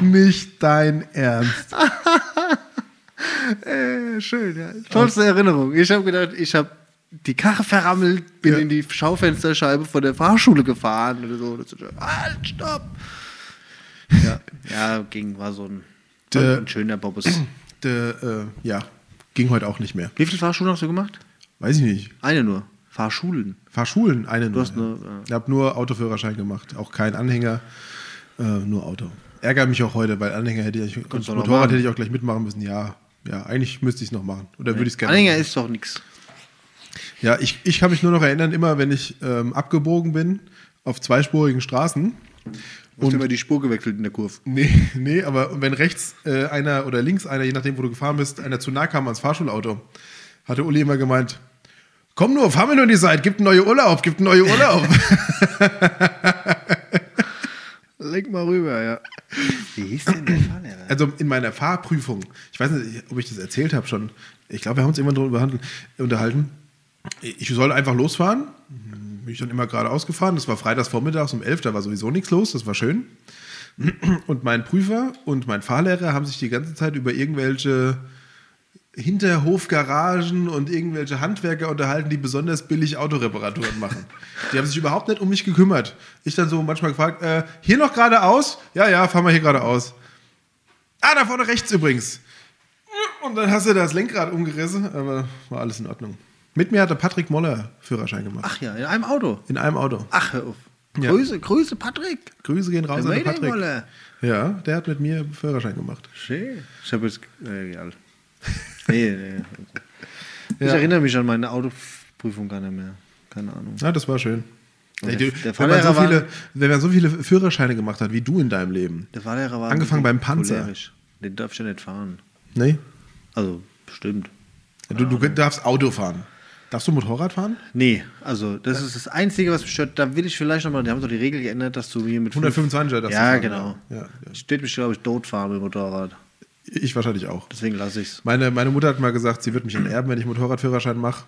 A: nicht dein Ernst.
B: Äh, schön, ja. Tollste Erinnerung. Ich habe gedacht, ich habe die Karre verrammelt, bin
A: Ja.
B: in die Schaufensterscheibe von der Fahrschule gefahren oder so. Das- Halt, stopp! Ja, ja ging, war so ein, Der- ein schöner Bobbes.
A: Dä, äh, ja, ging heute auch nicht mehr.
B: Wie viele Fahrschulen hast du gemacht?
A: Weiß ich nicht.
B: Eine nur. Fahrschulen.
A: Fahrschulen, eine nur.
B: hast nur,
A: ja. Ich habe nur Autoführerschein gemacht, auch kein Anhänger, äh, nur Auto. Ärgert mich auch heute, weil Anhänger hätte ich, und
B: du auch noch
A: Motorrad
B: machen.
A: hätte ich auch gleich mitmachen müssen. Ja, ja, eigentlich müsste ich es noch machen. Oder würde ich es gerne
B: Anhänger
A: machen.
B: Ah, ist doch nichts.
A: Ja, ich, ich kann mich nur noch erinnern, immer wenn ich ähm, abgebogen bin auf zweispurigen Straßen.
B: Und immer die Spur gewechselt in der Kurve.
A: Nee, nee, aber wenn rechts äh, einer oder links einer, je nachdem, wo du gefahren bist, einer zu nahe kam ans Fahrschulauto, hatte Uli immer gemeint, komm nur, fahr mir nur in die Seite, gibt einen neuen Urlaub, gibt einen neuen Urlaub.
B: Leg mal rüber, ja. Wie hieß denn der Fahrlehrer?
A: also in meiner Fahrprüfung, ich weiß nicht, ob ich das erzählt habe schon, ich glaube, wir haben uns irgendwann darüber handel- unterhalten, ich soll einfach losfahren, bin ich dann immer geradeaus gefahren, das war freitags vormittags um 11, da war sowieso nichts los, das war schön. Und mein Prüfer und mein Fahrlehrer haben sich die ganze Zeit über irgendwelche Hinterhofgaragen und irgendwelche Handwerker unterhalten, die besonders billig Autoreparaturen machen. Die haben sich überhaupt nicht um mich gekümmert. Ich dann so manchmal gefragt, äh, hier noch geradeaus? Ja, ja, fahren wir hier geradeaus. Ah, da vorne rechts übrigens. Und dann hast du das Lenkrad umgerissen, aber war alles in Ordnung. Mit mir hatte Patrick Moller Führerschein gemacht.
B: Ach ja, in einem Auto.
A: In einem Auto.
B: Ach, hör auf.
A: Ja.
B: Grüße, Grüße, Patrick.
A: Grüße gehen raus
B: Der
A: an den Patrick.
B: Mayday-Moller.
A: Ja, der hat mit mir Führerschein gemacht.
B: Schön. Ich habe jetzt. Äh, egal. Nee, nee. Ich
A: Ja.
B: erinnere mich an meine Autoprüfung gar nicht mehr. Keine Ahnung.
A: Ja, Ah, das war schön.
B: Und
A: Ey,
B: der-
A: du,
B: der
A: wenn, man so
B: Fahrlehrer war-
A: viele, wenn man so viele Führerscheine gemacht hat wie du in deinem Leben.
B: Der Fahrlehrer war.
A: Angefangen beim Panzer.
B: cholerisch. Den darf ich ja nicht fahren.
A: Nee?
B: Also, bestimmt.
A: ne? Du, du darfst Auto fahren. Darfst du Motorrad fahren?
B: Nee, also das ist das Einzige, was mich stört. Da will ich vielleicht nochmal, die haben doch die Regel geändert, dass du hier mit
A: 125er
B: darfst
A: darfst
B: Ja,
A: du fahren,
B: genau.
A: ja. Ja, ja.
B: Steht mich, glaube ich, tot fahren mit dem Motorrad.
A: Ich wahrscheinlich auch.
B: Deswegen lasse ich's.
A: Meine, meine Mutter hat mal gesagt, sie wird mich enterben, wenn ich Motorradführerschein mache.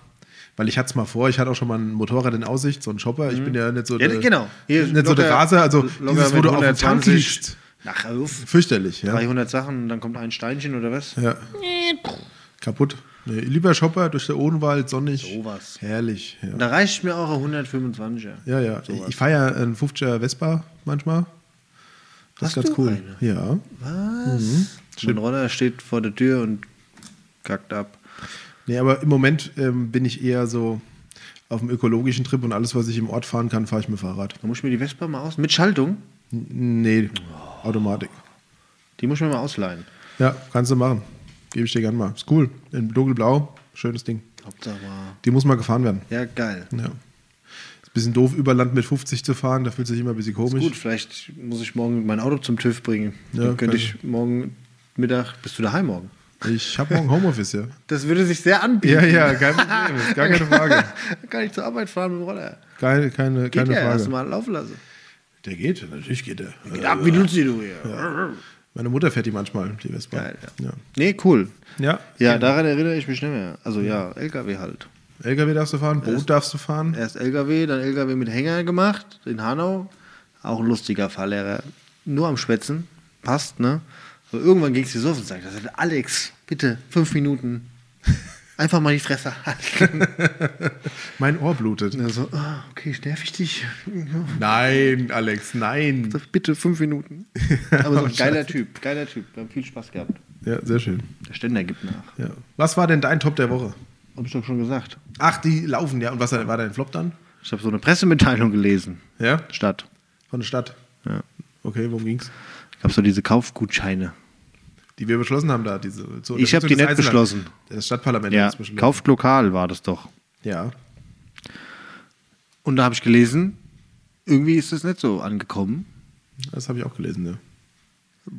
A: Weil ich hatte es mal vor, ich hatte auch schon mal ein Motorrad in Aussicht, so ein Chopper. Ich bin ja nicht so
B: Mhm. Ja,
A: der,
B: genau. Hier
A: nicht so der
B: locker-
A: Raser, also
B: locker
A: dieses, wo
B: mit
A: du auf dem Tank
B: 120
A: liegst.
B: Nach auf.
A: Fürchterlich, ja.
B: 300 Sachen und dann kommt ein Steinchen oder was?
A: ja. Kaputt. Nee, lieber Chopper durch den Odenwald, sonnig.
B: Sowas.
A: Herrlich. Ja,
B: Da reicht mir auch ein 125er.
A: ja. ja.
B: Sowas.
A: Ich fahre ja einen 50er Vespa manchmal. Das
B: Hast
A: ist ganz
B: du
A: cool. Mhm.
B: eine?
A: Ja.
B: Was? Mein Roller steht vor der Tür und kackt ab.
A: Nee, aber im Moment ähm, bin ich eher so auf dem ökologischen Trip und alles, was ich im Ort fahren kann, fahre ich mit Fahrrad.
B: Da muss ich mir die Vespa mal aus. Mit Schaltung?
A: N- Nee, Automatik.
B: Die muss ich mir mal ausleihen.
A: Ja, kannst du machen. Gebe ich dir gerne mal. Ist cool. In dunkelblau, schönes Ding.
B: Hauptsache war.
A: Die muss mal gefahren werden.
B: Ja, geil.
A: Ja. Ist ein Bisschen doof, über Land mit 50 zu fahren, da fühlt sich immer ein bisschen
B: Ist
A: komisch.
B: gut, vielleicht muss ich morgen mein Auto zum TÜV bringen.
A: Ja,
B: Dann könnte
A: kann-
B: ich morgen Mittag. Bist du daheim morgen?
A: Ich habe morgen Homeoffice, ja.
B: Das würde sich sehr anbieten.
A: Ja, ja, kein Problem, ist gar keine Frage.
B: Dann kann ich zur Arbeit fahren mit dem Roller.
A: Keine, keine,
B: Geht
A: keine
B: ja, hast du
A: Frage. Äh,
B: mal laufen lassen.
A: Der geht, natürlich geht der.
B: Geht ab wie Luzi, du hier.
A: Meine Mutter fährt die manchmal, die Vespa.
B: Geil,
A: ja.
B: Nee, cool.
A: Ja.
B: Ja, daran erinnere ich mich nicht mehr. Also ja, LKW halt.
A: LKW darfst du fahren, Boot darfst du fahren.
B: Erst LKW, dann LKW mit Hänger gemacht in Hanau. Auch ein lustiger Fahrlehrer. Nur am Schwätzen. Passt, ne? Aber irgendwann ging es dir so auf und sagte, Alex, bitte, fünf Minuten. Einfach mal die Fresse halten.
A: Mein Ohr blutet.
B: Und er so, ah, okay, ich nerv ich dich.
A: Nein, Alex, nein.
B: Bitte, fünf Minuten. Aber so
A: Oh,
B: ein geiler Typ, geiler Typ. Wir haben viel Spaß gehabt.
A: Ja, sehr schön.
B: Der Ständer gibt nach.
A: Ja. Was war denn dein Top der Woche?
B: Hab ich doch schon gesagt.
A: Ach, die laufen, ja. Und was war dein Flop dann?
B: Ich habe so eine Pressemitteilung gelesen.
A: Ja?
B: Statt.
A: Von der Stadt.
B: Ja.
A: Okay, worum ging's?
B: Gab so diese Kaufgutscheine.
A: Die wir beschlossen haben da, diese. zur
B: Ich hab die
A: Unterstützung des
B: nicht
A: Einzelhandels.
B: beschlossen.
A: Das Stadtparlament
B: Ja,
A: hat's beschlossen.
B: kauft lokal war das doch.
A: Ja.
B: Und da habe ich gelesen, irgendwie ist das nicht so angekommen.
A: Das habe ich auch gelesen, ja.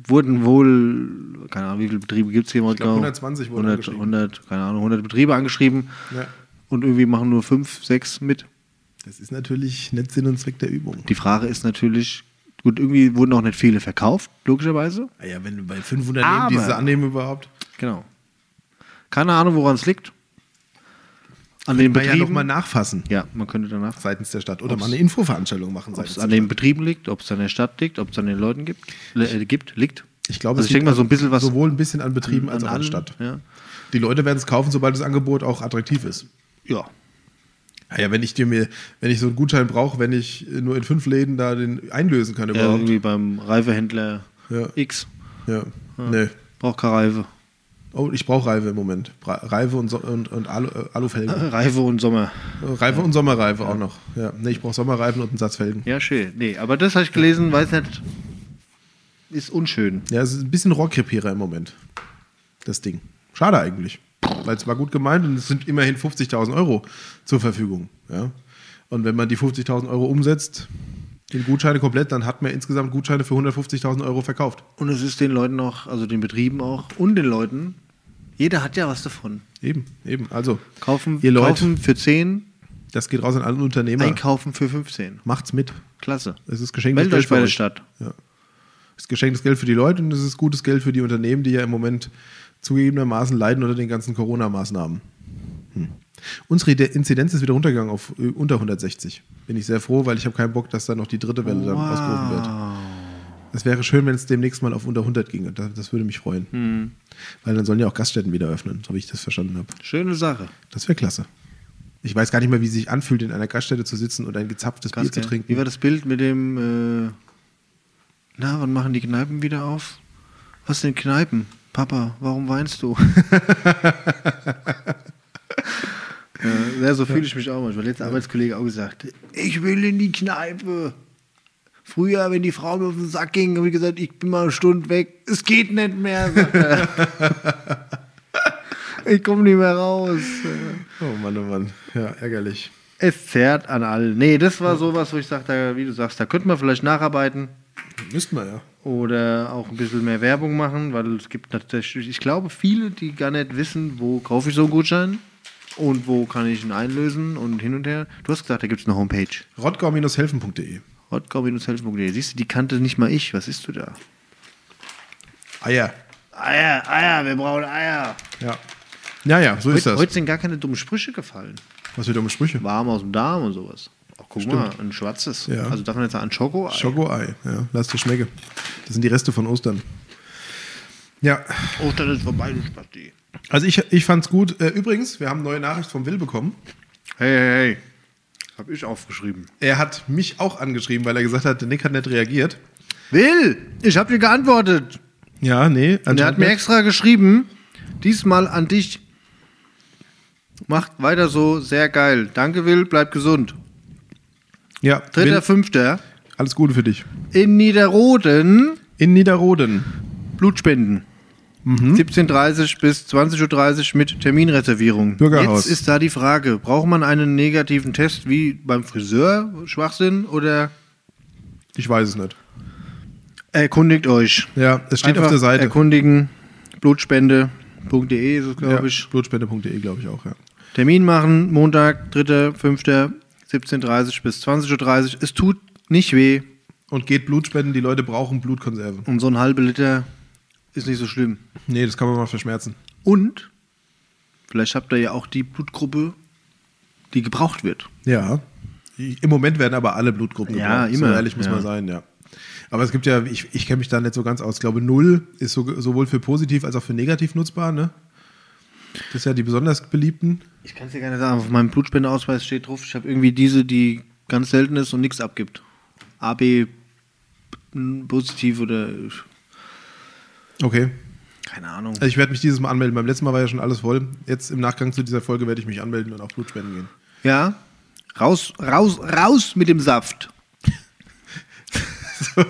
B: Wurden wohl, keine Ahnung, wie viele Betriebe gibt es hier? Ich
A: glaub, 120 wurden
B: 100,
A: angeschrieben.
B: 100, keine Ahnung, 100 Betriebe angeschrieben.
A: Ja.
B: Und irgendwie machen nur 5, 6 mit.
A: Das ist natürlich nicht Sinn und Zweck der Übung.
B: Die Frage ist natürlich, gut, irgendwie wurden auch nicht viele verkauft, logischerweise.
A: Ah Ja, wenn du bei 500
B: Aber-
A: nehmen, diese annehmen überhaupt. Ah
B: Genau. Keine Ahnung, woran es liegt. An den
A: Man ja
B: Betrieben.
A: nochmal nachfassen
B: ja, man könnte danach
A: seitens der Stadt. Oder
B: Ob's-
A: mal eine Infoveranstaltung machen
B: Ob es
A: seitens
B: an den Betrieben liegt, ob es an der Stadt liegt, ob es an den Leuten gibt, äh, gibt liegt.
A: Ich glaube,
B: also
A: es
B: ich denke
A: liegt
B: mal so ein bisschen was
A: sowohl ein bisschen an Betrieben als auch an
B: allem,
A: Stadt.
B: Ja.
A: Die Leute werden es kaufen, sobald das Angebot auch attraktiv ist.
B: ja.
A: Naja, wenn ich dir mir, wenn ich so einen Gutschein brauche, wenn ich äh, nur in fünf Läden da den einlösen kann
B: ja
A: überhaupt.
B: irgendwie beim Reifehändler
A: Ja.
B: X
A: Ja. Nee.
B: braucht keine Reife.
A: Oh, ich brauche Reife im Moment. Ra- Reife und, so und, und Alu, äh, Alufelgen.
B: Reife und Sommer.
A: Reife und Sommerreife auch noch. Ja. Nee, ich brauche Sommerreifen und einen Satz Felgen.
B: Ja, schön. Nee, aber das habe ich gelesen, weiß nicht. Ist unschön.
A: Ja, es ist ein bisschen Rohrkrepierer im Moment. Das Ding. Schade eigentlich. Weil es war gut gemeint und es sind immerhin 50.000 Euro zur Verfügung. Ja? Und wenn man die 50.000 Euro umsetzt, in Gutscheine komplett, dann hat man insgesamt Gutscheine für 150.000 Euro verkauft.
B: Und es ist den Leuten auch, also den Betrieben auch und den Leuten, jeder hat ja was davon.
A: Eben, eben. Also,
B: Kaufen,
A: ihr Leute,
B: kaufen für 10,
A: das geht raus an alle Unternehmer.
B: einkaufen für 15.
A: Macht's mit.
B: Klasse.
A: Es ist geschenktes
B: Meldet euch
A: für
B: bei der Stadt.
A: Ja. Es ist geschenktes Geld für die Leute und es ist gutes Geld für die Unternehmen, die ja im Moment zugegebenermaßen leiden unter den ganzen Corona-Maßnahmen. Hm. Unsere Ide- Inzidenz ist wieder runtergegangen auf äh, unter 160. Bin ich sehr froh, weil ich habe keinen Bock, dass da noch die dritte Welle dann ausgerufen wird. Es wäre schön, wenn es demnächst mal auf unter 100 ginge. Das, das würde mich freuen.
B: Hm.
A: Weil dann sollen ja auch Gaststätten wieder öffnen, so wie ich das verstanden habe.
B: Schöne Sache.
A: Das wäre klasse. Ich weiß gar nicht mehr, wie es sich anfühlt, in einer Gaststätte zu sitzen und ein gezapftes
B: Ganz
A: Bier
B: geil.
A: zu trinken.
B: Wie war das Bild mit dem, äh, na, wann machen die Kneipen wieder auf? Was denn Kneipen? Papa, warum weinst du? ja, ja, so fühle ich mich auch manchmal. Letzter Arbeitskollege auch gesagt, ich will in die Kneipe. Früher, wenn die Frau mir auf den Sack ging, habe ich gesagt, ich bin mal eine Stunde weg. Es geht nicht mehr. sagt er. ich komme nicht mehr raus.
A: Oh Mann, oh Mann. Ja, ärgerlich.
B: Es zerrt an allen. Nee, das war sowas, wo ich sagte, wie du sagst, da könnte man vielleicht nacharbeiten
A: Müssten wir ja.
B: oder auch ein bisschen mehr Werbung machen, weil es gibt natürlich, ich glaube, viele, die gar nicht wissen, wo kaufe ich so einen Gutschein und wo kann ich ihn einlösen und hin und her. Du hast gesagt, da gibt es eine Homepage.
A: Rottgau-helfen.de.
B: Hotgau-helfen.de. Siehst du, die kannte nicht mal ich. Was ist du da?
A: Eier.
B: Eier, Eier, wir brauchen Eier.
A: Ah, Ja. Naja, so ist
B: Heute,
A: das.
B: heute sind gar keine dummen Sprüche gefallen.
A: Was für dumme Sprüche.
B: Warm aus dem Darm und sowas. Ach, guck mal, ein schwarzes.
A: Ja.
B: Also darf man jetzt sagen, Schoko?
A: Schoko-Ei. Ja, lass dir schmecken. Das sind die Reste von Ostern. Ja,
B: Oh, dann ist vorbei, du Spasti.
A: also ich, ich fand's gut. Äh, Übrigens, wir haben eine neue Nachricht vom Will bekommen.
B: Hey, hey, hey. Hab ich aufgeschrieben.
A: Er hat mich auch angeschrieben, weil er gesagt hat, der Nick hat nicht reagiert.
B: Will, ich hab dir geantwortet.
A: Ja, nee.
B: Und er hat mir extra geschrieben, diesmal an dich. Macht weiter so, sehr geil. Danke, Will, bleib gesund.
A: ja,
B: Dritter,
A: Will,
B: fünfter.
A: alles Gute für dich.
B: In Niederroden
A: In Niederroden.
B: Blutspenden. 17.30 bis 20.30 Uhr mit Terminreservierung.
A: Bürgerhaus.
B: Jetzt ist da die Frage, braucht man einen negativen Test wie beim Friseur, Schwachsinn, oder
A: Ich weiß es nicht.
B: erkundigt euch?
A: Ja, es steht
B: Einfach
A: auf der Seite.
B: Erkundigen, blutspende.de E ist es, glaube
A: ja,
B: ich.
A: Blutspende.de, glaube E, ich auch, ja.
B: Termin machen, Montag, 3.5., 17.30 bis 20.30 Uhr. Es tut nicht weh
A: Und geht Blutspenden, die Leute brauchen Blutkonserven.
B: und so ein halber Liter ist nicht so schlimm.
A: Nee, das kann man mal verschmerzen.
B: Und vielleicht habt ihr ja auch die Blutgruppe, die gebraucht wird.
A: Ja. Im Moment werden aber alle Blutgruppen
B: Ja,
A: gebraucht. So
B: immer,
A: ehrlich muss
B: ja.
A: man sein, ja. Aber es gibt ja, ich, ich kenne mich da nicht so ganz aus. Ich glaube, null ist so, sowohl für positiv als auch für negativ nutzbar, ne? Das ist ja die besonders beliebten.
B: Ich kann es dir gar nicht sagen. Auf meinem Blutspendeausweis steht drauf, ich habe irgendwie diese, die ganz selten ist und nichts abgibt. AB m, positiv oder
A: Okay.
B: keine Ahnung.
A: Also ich werde mich dieses Mal anmelden. Beim letzten Mal war ja schon alles voll. Jetzt im Nachgang zu dieser Folge werde ich mich anmelden und auch Blutspenden gehen.
B: Ja, raus, raus, raus mit dem Saft.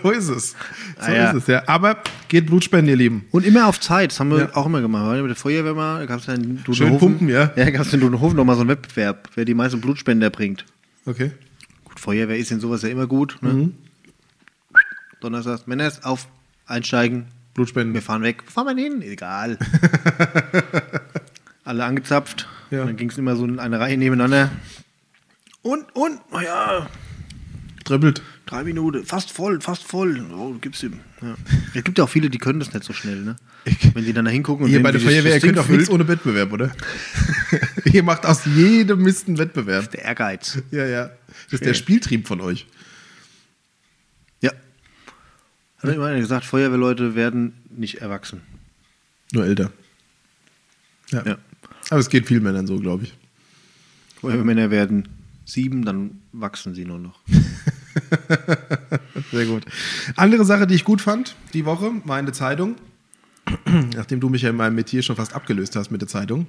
A: So ist es. So
B: Ah, ja.
A: ist es, ja. Aber geht Blutspenden, ihr Lieben.
B: Und immer auf Zeit, das haben wir
A: Ja.
B: auch immer gemacht. Wir waren ja mit der Feuerwehr mal, da gab es ja in Dudenhofen.
A: Schön pumpen, ja.
B: Ja, gab es in Dudenhofen nochmal so einen Wettbewerb, wer die meisten Blutspender bringt.
A: Okay.
B: Gut, Feuerwehr ist in sowas ja immer gut. Ne?
A: Mhm.
B: Donnerstag, Männers, auf, einsteigen,
A: Blutspenden.
B: Wir fahren weg. Wo fahren wir hin? Egal. Alle angezapft.
A: Ja.
B: Und dann ging es immer so in eine Reihe nebeneinander. Und, und, naja,
A: Dribbelt.
B: drei Minuten. Fast voll, fast voll. Oh, gib's ihm. Ja. Es gibt ja auch viele, die können das nicht so schnell, ne? Wenn sie dann da hingucken und
A: Ihr
B: sehen,
A: bei
B: wie
A: der
B: sich das
A: Feuerwehr, ihr
B: Ding
A: könnt auch nichts
B: füllt.
A: ohne Wettbewerb, oder? ihr macht aus jedem Mist einen Wettbewerb.
B: Der Ehrgeiz.
A: Ja, ja. Das ist der Spieltrieb von euch.
B: Ja. Hat immer einer gesagt, Feuerwehrleute werden nicht erwachsen.
A: Nur älter. Ja.
B: Ja.
A: Aber es geht vielen Männern so, glaube ich.
B: Feuerwehrmänner werden sieben, dann wachsen sie nur noch.
A: Sehr gut. Andere Sache, die ich gut fand, die Woche, war eine Zeitung. Nachdem du mich ja in meinem Metier schon fast abgelöst hast mit der Zeitung.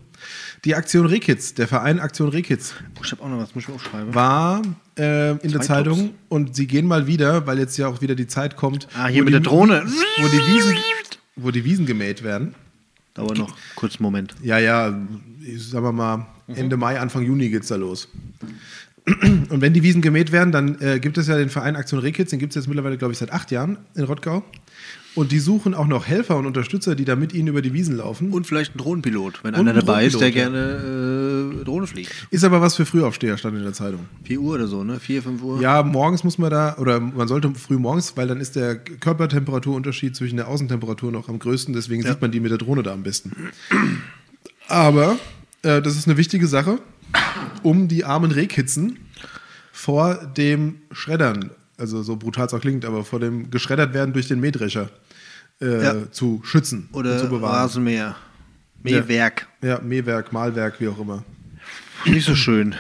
A: Die Aktion Rekids, der Verein Aktion Rekids,
B: Oh, ich habe auch noch was, muss ich mir aufschreiben.
A: war äh, in der
B: Zwei
A: Zeitung
B: Tops.
A: und sie gehen mal wieder, weil jetzt ja auch wieder die Zeit kommt.
B: Ah, hier
A: wo
B: mit
A: die-
B: der Drohne.
A: Wo die, Wiesen, wo die Wiesen gemäht werden.
B: Dauert noch kurz einen Moment.
A: Ja, ja, ich sagen wir mal, Ende Mai, Anfang Juni geht's da los. Und wenn die Wiesen gemäht werden, dann äh, gibt es ja den Verein Aktion Rehkitz, den gibt es jetzt mittlerweile, glaube ich, seit acht Jahren in Rottgau. Und die suchen auch noch Helfer und Unterstützer, die da mit ihnen über die Wiesen laufen.
B: Und vielleicht ein Drohnenpilot, wenn
A: Und
B: einer
A: ein
B: dabei ist, der
A: Drohnenpilot,
B: gerne äh, Drohne fliegt.
A: Ist aber was für Frühaufsteher, stand in der Zeitung.
B: 4 Uhr oder so, ne? 4, 5 Uhr.
A: Ja, morgens muss man da, oder man sollte früh morgens, weil dann ist der Körpertemperaturunterschied zwischen der Außentemperatur noch am größten, deswegen sieht man die mit der Drohne da am besten. Aber äh, das ist eine wichtige Sache, um die armen Rehkitzen vor dem Schreddern, also so brutal es auch klingt, aber vor dem geschreddert werden durch den Mähdrescher äh,
B: Ja.
A: zu schützen und
B: Oder
A: zu bewahren.
B: Rasenmäher. Mähwerk.
A: Ja, Mähwerk, Malwerk, wie auch immer.
B: Nicht so schön.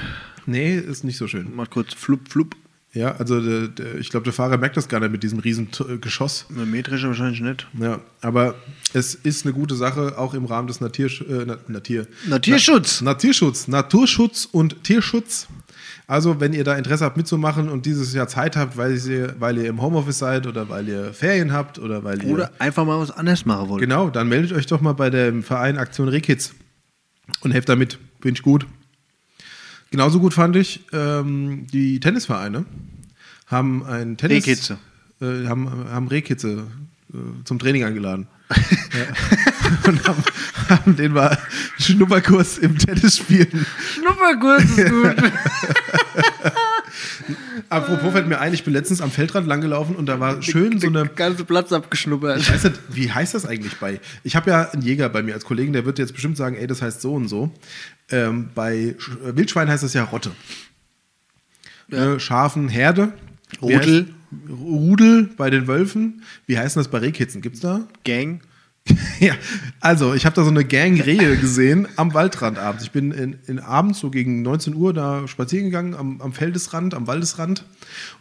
A: Nee, ist nicht so schön.
B: Mal kurz flup, flup.
A: Ja, also der, der, ich glaube, der Fahrer merkt das gar nicht mit diesem riesen T- Geschoss.
B: Eine Mähdrescher wahrscheinlich nicht.
A: Ja, aber es ist eine gute Sache, auch im Rahmen des Natursch äh, Na- Natur
B: Naturschutz.
A: Na Naturschutz, Naturschutz und Tierschutz. Also, wenn ihr da Interesse habt mitzumachen und dieses Jahr Zeit habt, weil ihr, weil ihr im Homeoffice seid oder weil ihr Ferien habt oder weil ihr.
B: Oder einfach mal was anderes machen wollen.
A: genau, dann meldet euch doch mal bei dem Verein Aktion Rekids und helft damit. Finde ich gut. Genauso gut fand ich, ähm, die Tennisvereine haben einen Tennis.
B: Rehkitze.
A: Äh, haben, haben Rehkitze äh, zum Training eingeladen. ja. Und haben, haben den mal einen Schnupperkurs im Tennis spielen.
B: Schnupperkurs ist gut.
A: Apropos fällt mir ein, ich bin letztens am Feldrand langgelaufen und da war schön so eine.
B: ganze Platz
A: Ich
B: abgeschnuppert.
A: weiß nicht, wie heißt das eigentlich bei? Ich habe ja einen Jäger bei mir als Kollegen, der wird jetzt bestimmt sagen, ey, das heißt so und so. Ähm, bei Sch äh, Wildschwein heißt das ja Rotte. Ne, Schafen, Herde. Wie
B: Rudel.
A: heißt- Rudel bei den Wölfen. Wie heißt denn das bei Rehkitzen? Gibt's da?
B: Gang.
A: Ja, also ich habe da so eine Gang Rehe gesehen am Waldrand abends. Ich bin in, in abends so gegen 19 Uhr da spazieren gegangen am, am Feldesrand, am Waldesrand.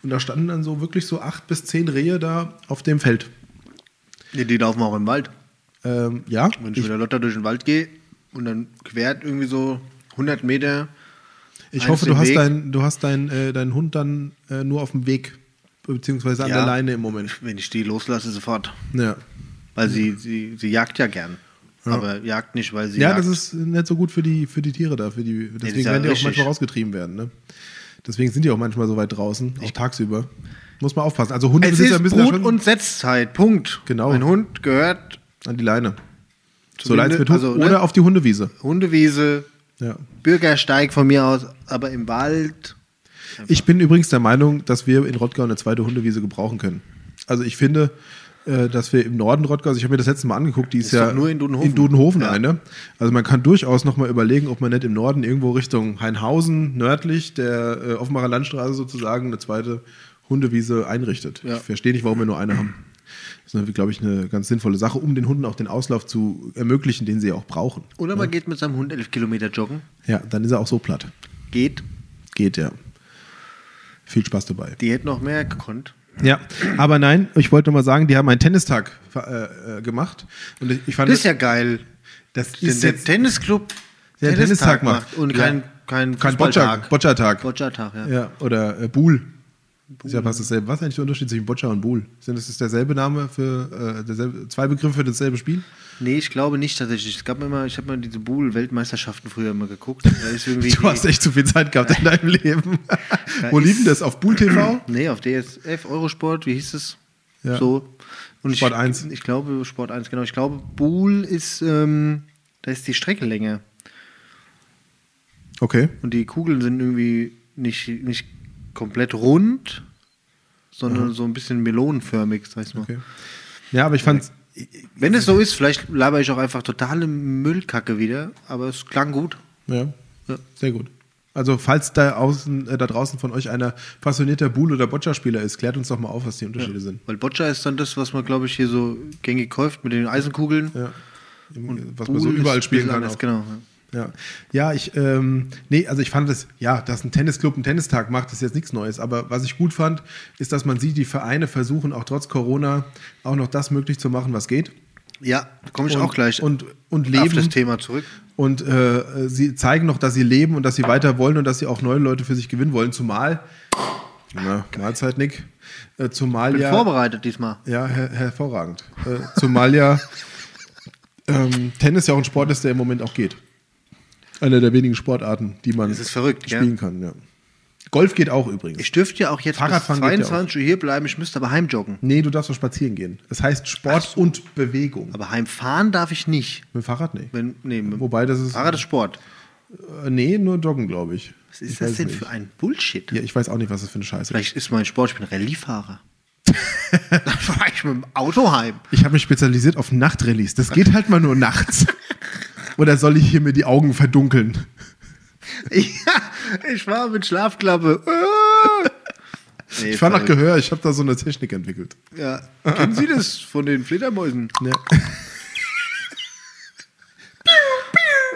A: Und da standen dann so wirklich so acht bis zehn Rehe da auf dem Feld.
B: Ja, die laufen auch im Wald.
A: Ähm, ja,
B: Wenn ich,
A: ich,
B: mit der Lotta durch den Wald gehe und dann quert irgendwie so 100 Meter.
A: ich
B: eins
A: hoffe,
B: den
A: du hast,
B: Weg.
A: dein, du hast dein, äh, deinen Hund dann äh, nur auf dem Weg, beziehungsweise an
B: Ja.
A: der Leine im Moment.
B: Wenn ich die loslasse, sofort.
A: Ja.
B: Weil sie, sie, sie jagt ja gern.
A: Ja.
B: Aber Jagd nicht, weil sie.
A: Ja,
B: jagt.
A: das ist nicht so gut für die, für die Tiere da. Für die, deswegen
B: ja
A: werden die auch
B: richtig.
A: manchmal rausgetrieben werden. Ne? Deswegen sind die auch manchmal so weit draußen, auch tagsüber. Muss man aufpassen. Also Hunde
B: Es ist
A: müssen da
B: Brut-
A: schon
B: und Setzzeit. Punkt.
A: Genau.
B: Ein Hund gehört
A: an die Leine. So
B: Hunde-
A: leid es mir tut.
B: also, ne?
A: Oder auf die Hundewiese.
B: Hundewiese,
A: Ja.
B: Bürgersteig von mir aus, aber im Wald.
A: Ich bin übrigens der Meinung, dass wir in Rottgau eine zweite Hundewiese gebrauchen können. Also ich finde, äh, dass wir im Norden Rottgau, also ich habe mir das letzte Mal angeguckt, die ist,
B: Ist
A: ja
B: doch nur in Dudenhofen. Ja.
A: eine. Also man kann durchaus nochmal überlegen, ob man nicht im Norden irgendwo Richtung Heinhausen, nördlich der äh, Offenbarer Landstraße sozusagen, eine zweite Hundewiese einrichtet.
B: Ja.
A: Ich verstehe nicht, warum wir nur eine haben. Das ist, glaube ich, eine ganz sinnvolle Sache, um den Hunden auch den Auslauf zu ermöglichen, den sie ja auch brauchen.
B: Oder man geht mit seinem Hund elf Kilometer joggen.
A: Ja, dann ist er auch so platt.
B: Geht.
A: Geht ja. Viel Spaß dabei.
B: Die hätte noch mehr gekonnt.
A: Ja, aber nein, ich wollte nur mal sagen, die haben einen Tennistag äh, äh, gemacht. Und ich, ich fand
B: Das ist ja geil.
A: das
B: Wenn
A: ist
B: der
A: jetzt
B: Tennisclub
A: Der Tennistag macht.
B: und
A: Ja.
B: kein, kein,
A: kein Boccia-
B: Fußballtag.
A: Boccia-Tag.
B: Boccia-Tag, ja.
A: ja, oder äh, Buhl. Ist ja fast dasselbe. Was ist eigentlich der Unterschied zwischen Boccia und Buhl? Sind das ist derselbe Name für äh, derselbe, zwei Begriffe für dasselbe Spiel?
B: Nee, ich glaube nicht tatsächlich. Es gab mir immer, ich habe mal diese Buhl-Weltmeisterschaften früher immer geguckt. Da ist irgendwie
A: Du hast
B: die,
A: echt zu viel Zeit gehabt in deinem Leben. Wo
B: ist-
A: lief denn das? Auf Buhl TV?
B: nee, auf DSF, Eurosport, wie hieß es?
A: Ja.
B: So. Und
A: Sport
B: ich,
A: 1.
B: Ich glaube, Sport 1, genau. Ich glaube, Buhl ist, ähm, da ist die Strecke länger.
A: Okay.
B: Und die Kugeln sind irgendwie nicht, nicht komplett rund, sondern so ein bisschen melonenförmig, sag ich mal.
A: okay. Ja, aber ich fand
B: Wenn es so ist, vielleicht laber ich auch einfach totale Müllkacke wieder, aber es klang gut.
A: Ja,
B: Ja.
A: sehr gut. Also falls da, außen, äh, da draußen von euch einer passionierter Buhl- oder Boccia-Spieler ist, klärt uns doch mal auf, was die Unterschiede sind.
B: Weil Boccia ist dann das, was man, glaube ich, hier so gängig kauft mit den Eisenkugeln.
A: Ja. Im- was man
B: Buhl
A: so
B: ist
A: überall
B: ein
A: spielen
B: bisschen
A: kann.
B: anders,
A: auch.
B: Genau.
A: Ja, ja ich, ähm, nee, also ich fand es, ja, dass ein Tennisclub einen Tennistag macht, ist jetzt nichts Neues. Aber was ich gut fand, ist, dass man sieht, die Vereine versuchen auch trotz Corona auch noch das möglich zu machen, was geht.
B: Ja, da komme ich
A: und,
B: auch gleich
A: Und, und
B: auf das
A: leben.
B: Thema zurück.
A: Und äh, sie zeigen noch, dass sie leben und dass sie weiter wollen und dass sie auch neue Leute für sich gewinnen wollen. Zumal, na, Mahlzeit, Nick, äh, zumal
B: Bin
A: ja,
B: vorbereitet diesmal.
A: ja her hervorragend, äh, zumal ja ähm, Tennis ja auch ein Sport ist, der im Moment auch geht. Einer der wenigen Sportarten, die man
B: Das ist verrückt, gell?
A: spielen kann. Ja. Golf geht auch übrigens.
B: Ich dürfte ja auch jetzt bis
A: Fahrradfahren geht ja auch.
B: 22 Uhr hier bleiben, ich müsste aber heimjoggen.
A: nee, du darfst doch spazieren gehen. Es heißt Sport und Bewegung.
B: Aber heimfahren darf ich nicht.
A: Mit dem Fahrrad nicht.
B: Wenn, nee, mit-
A: Wobei das ist.
B: Fahrrad ist Sport.
A: äh, nee, nur joggen, glaube ich.
B: Was ist
A: ich
B: das
A: weiß
B: denn
A: nicht.
B: für ein Bullshit?
A: Ja, ich weiß auch nicht, was das für eine Scheiße ist.
B: Vielleicht ist mein Sport, ich bin Rallye-Fahrer. Dann fahre ich mit dem Auto heim.
A: Ich habe mich spezialisiert auf Nachtrelease. Das geht halt mal nur nachts. Oder soll ich hier mir die Augen verdunkeln?
B: Ja, ich fahre mit Schlafklappe. Ah. Nee,
A: Ich fahre nach
B: verrückt.
A: Gehör, ich habe da so eine Technik entwickelt.
B: ja. Kennen Sie das von den Fledermäusen?
A: Ja.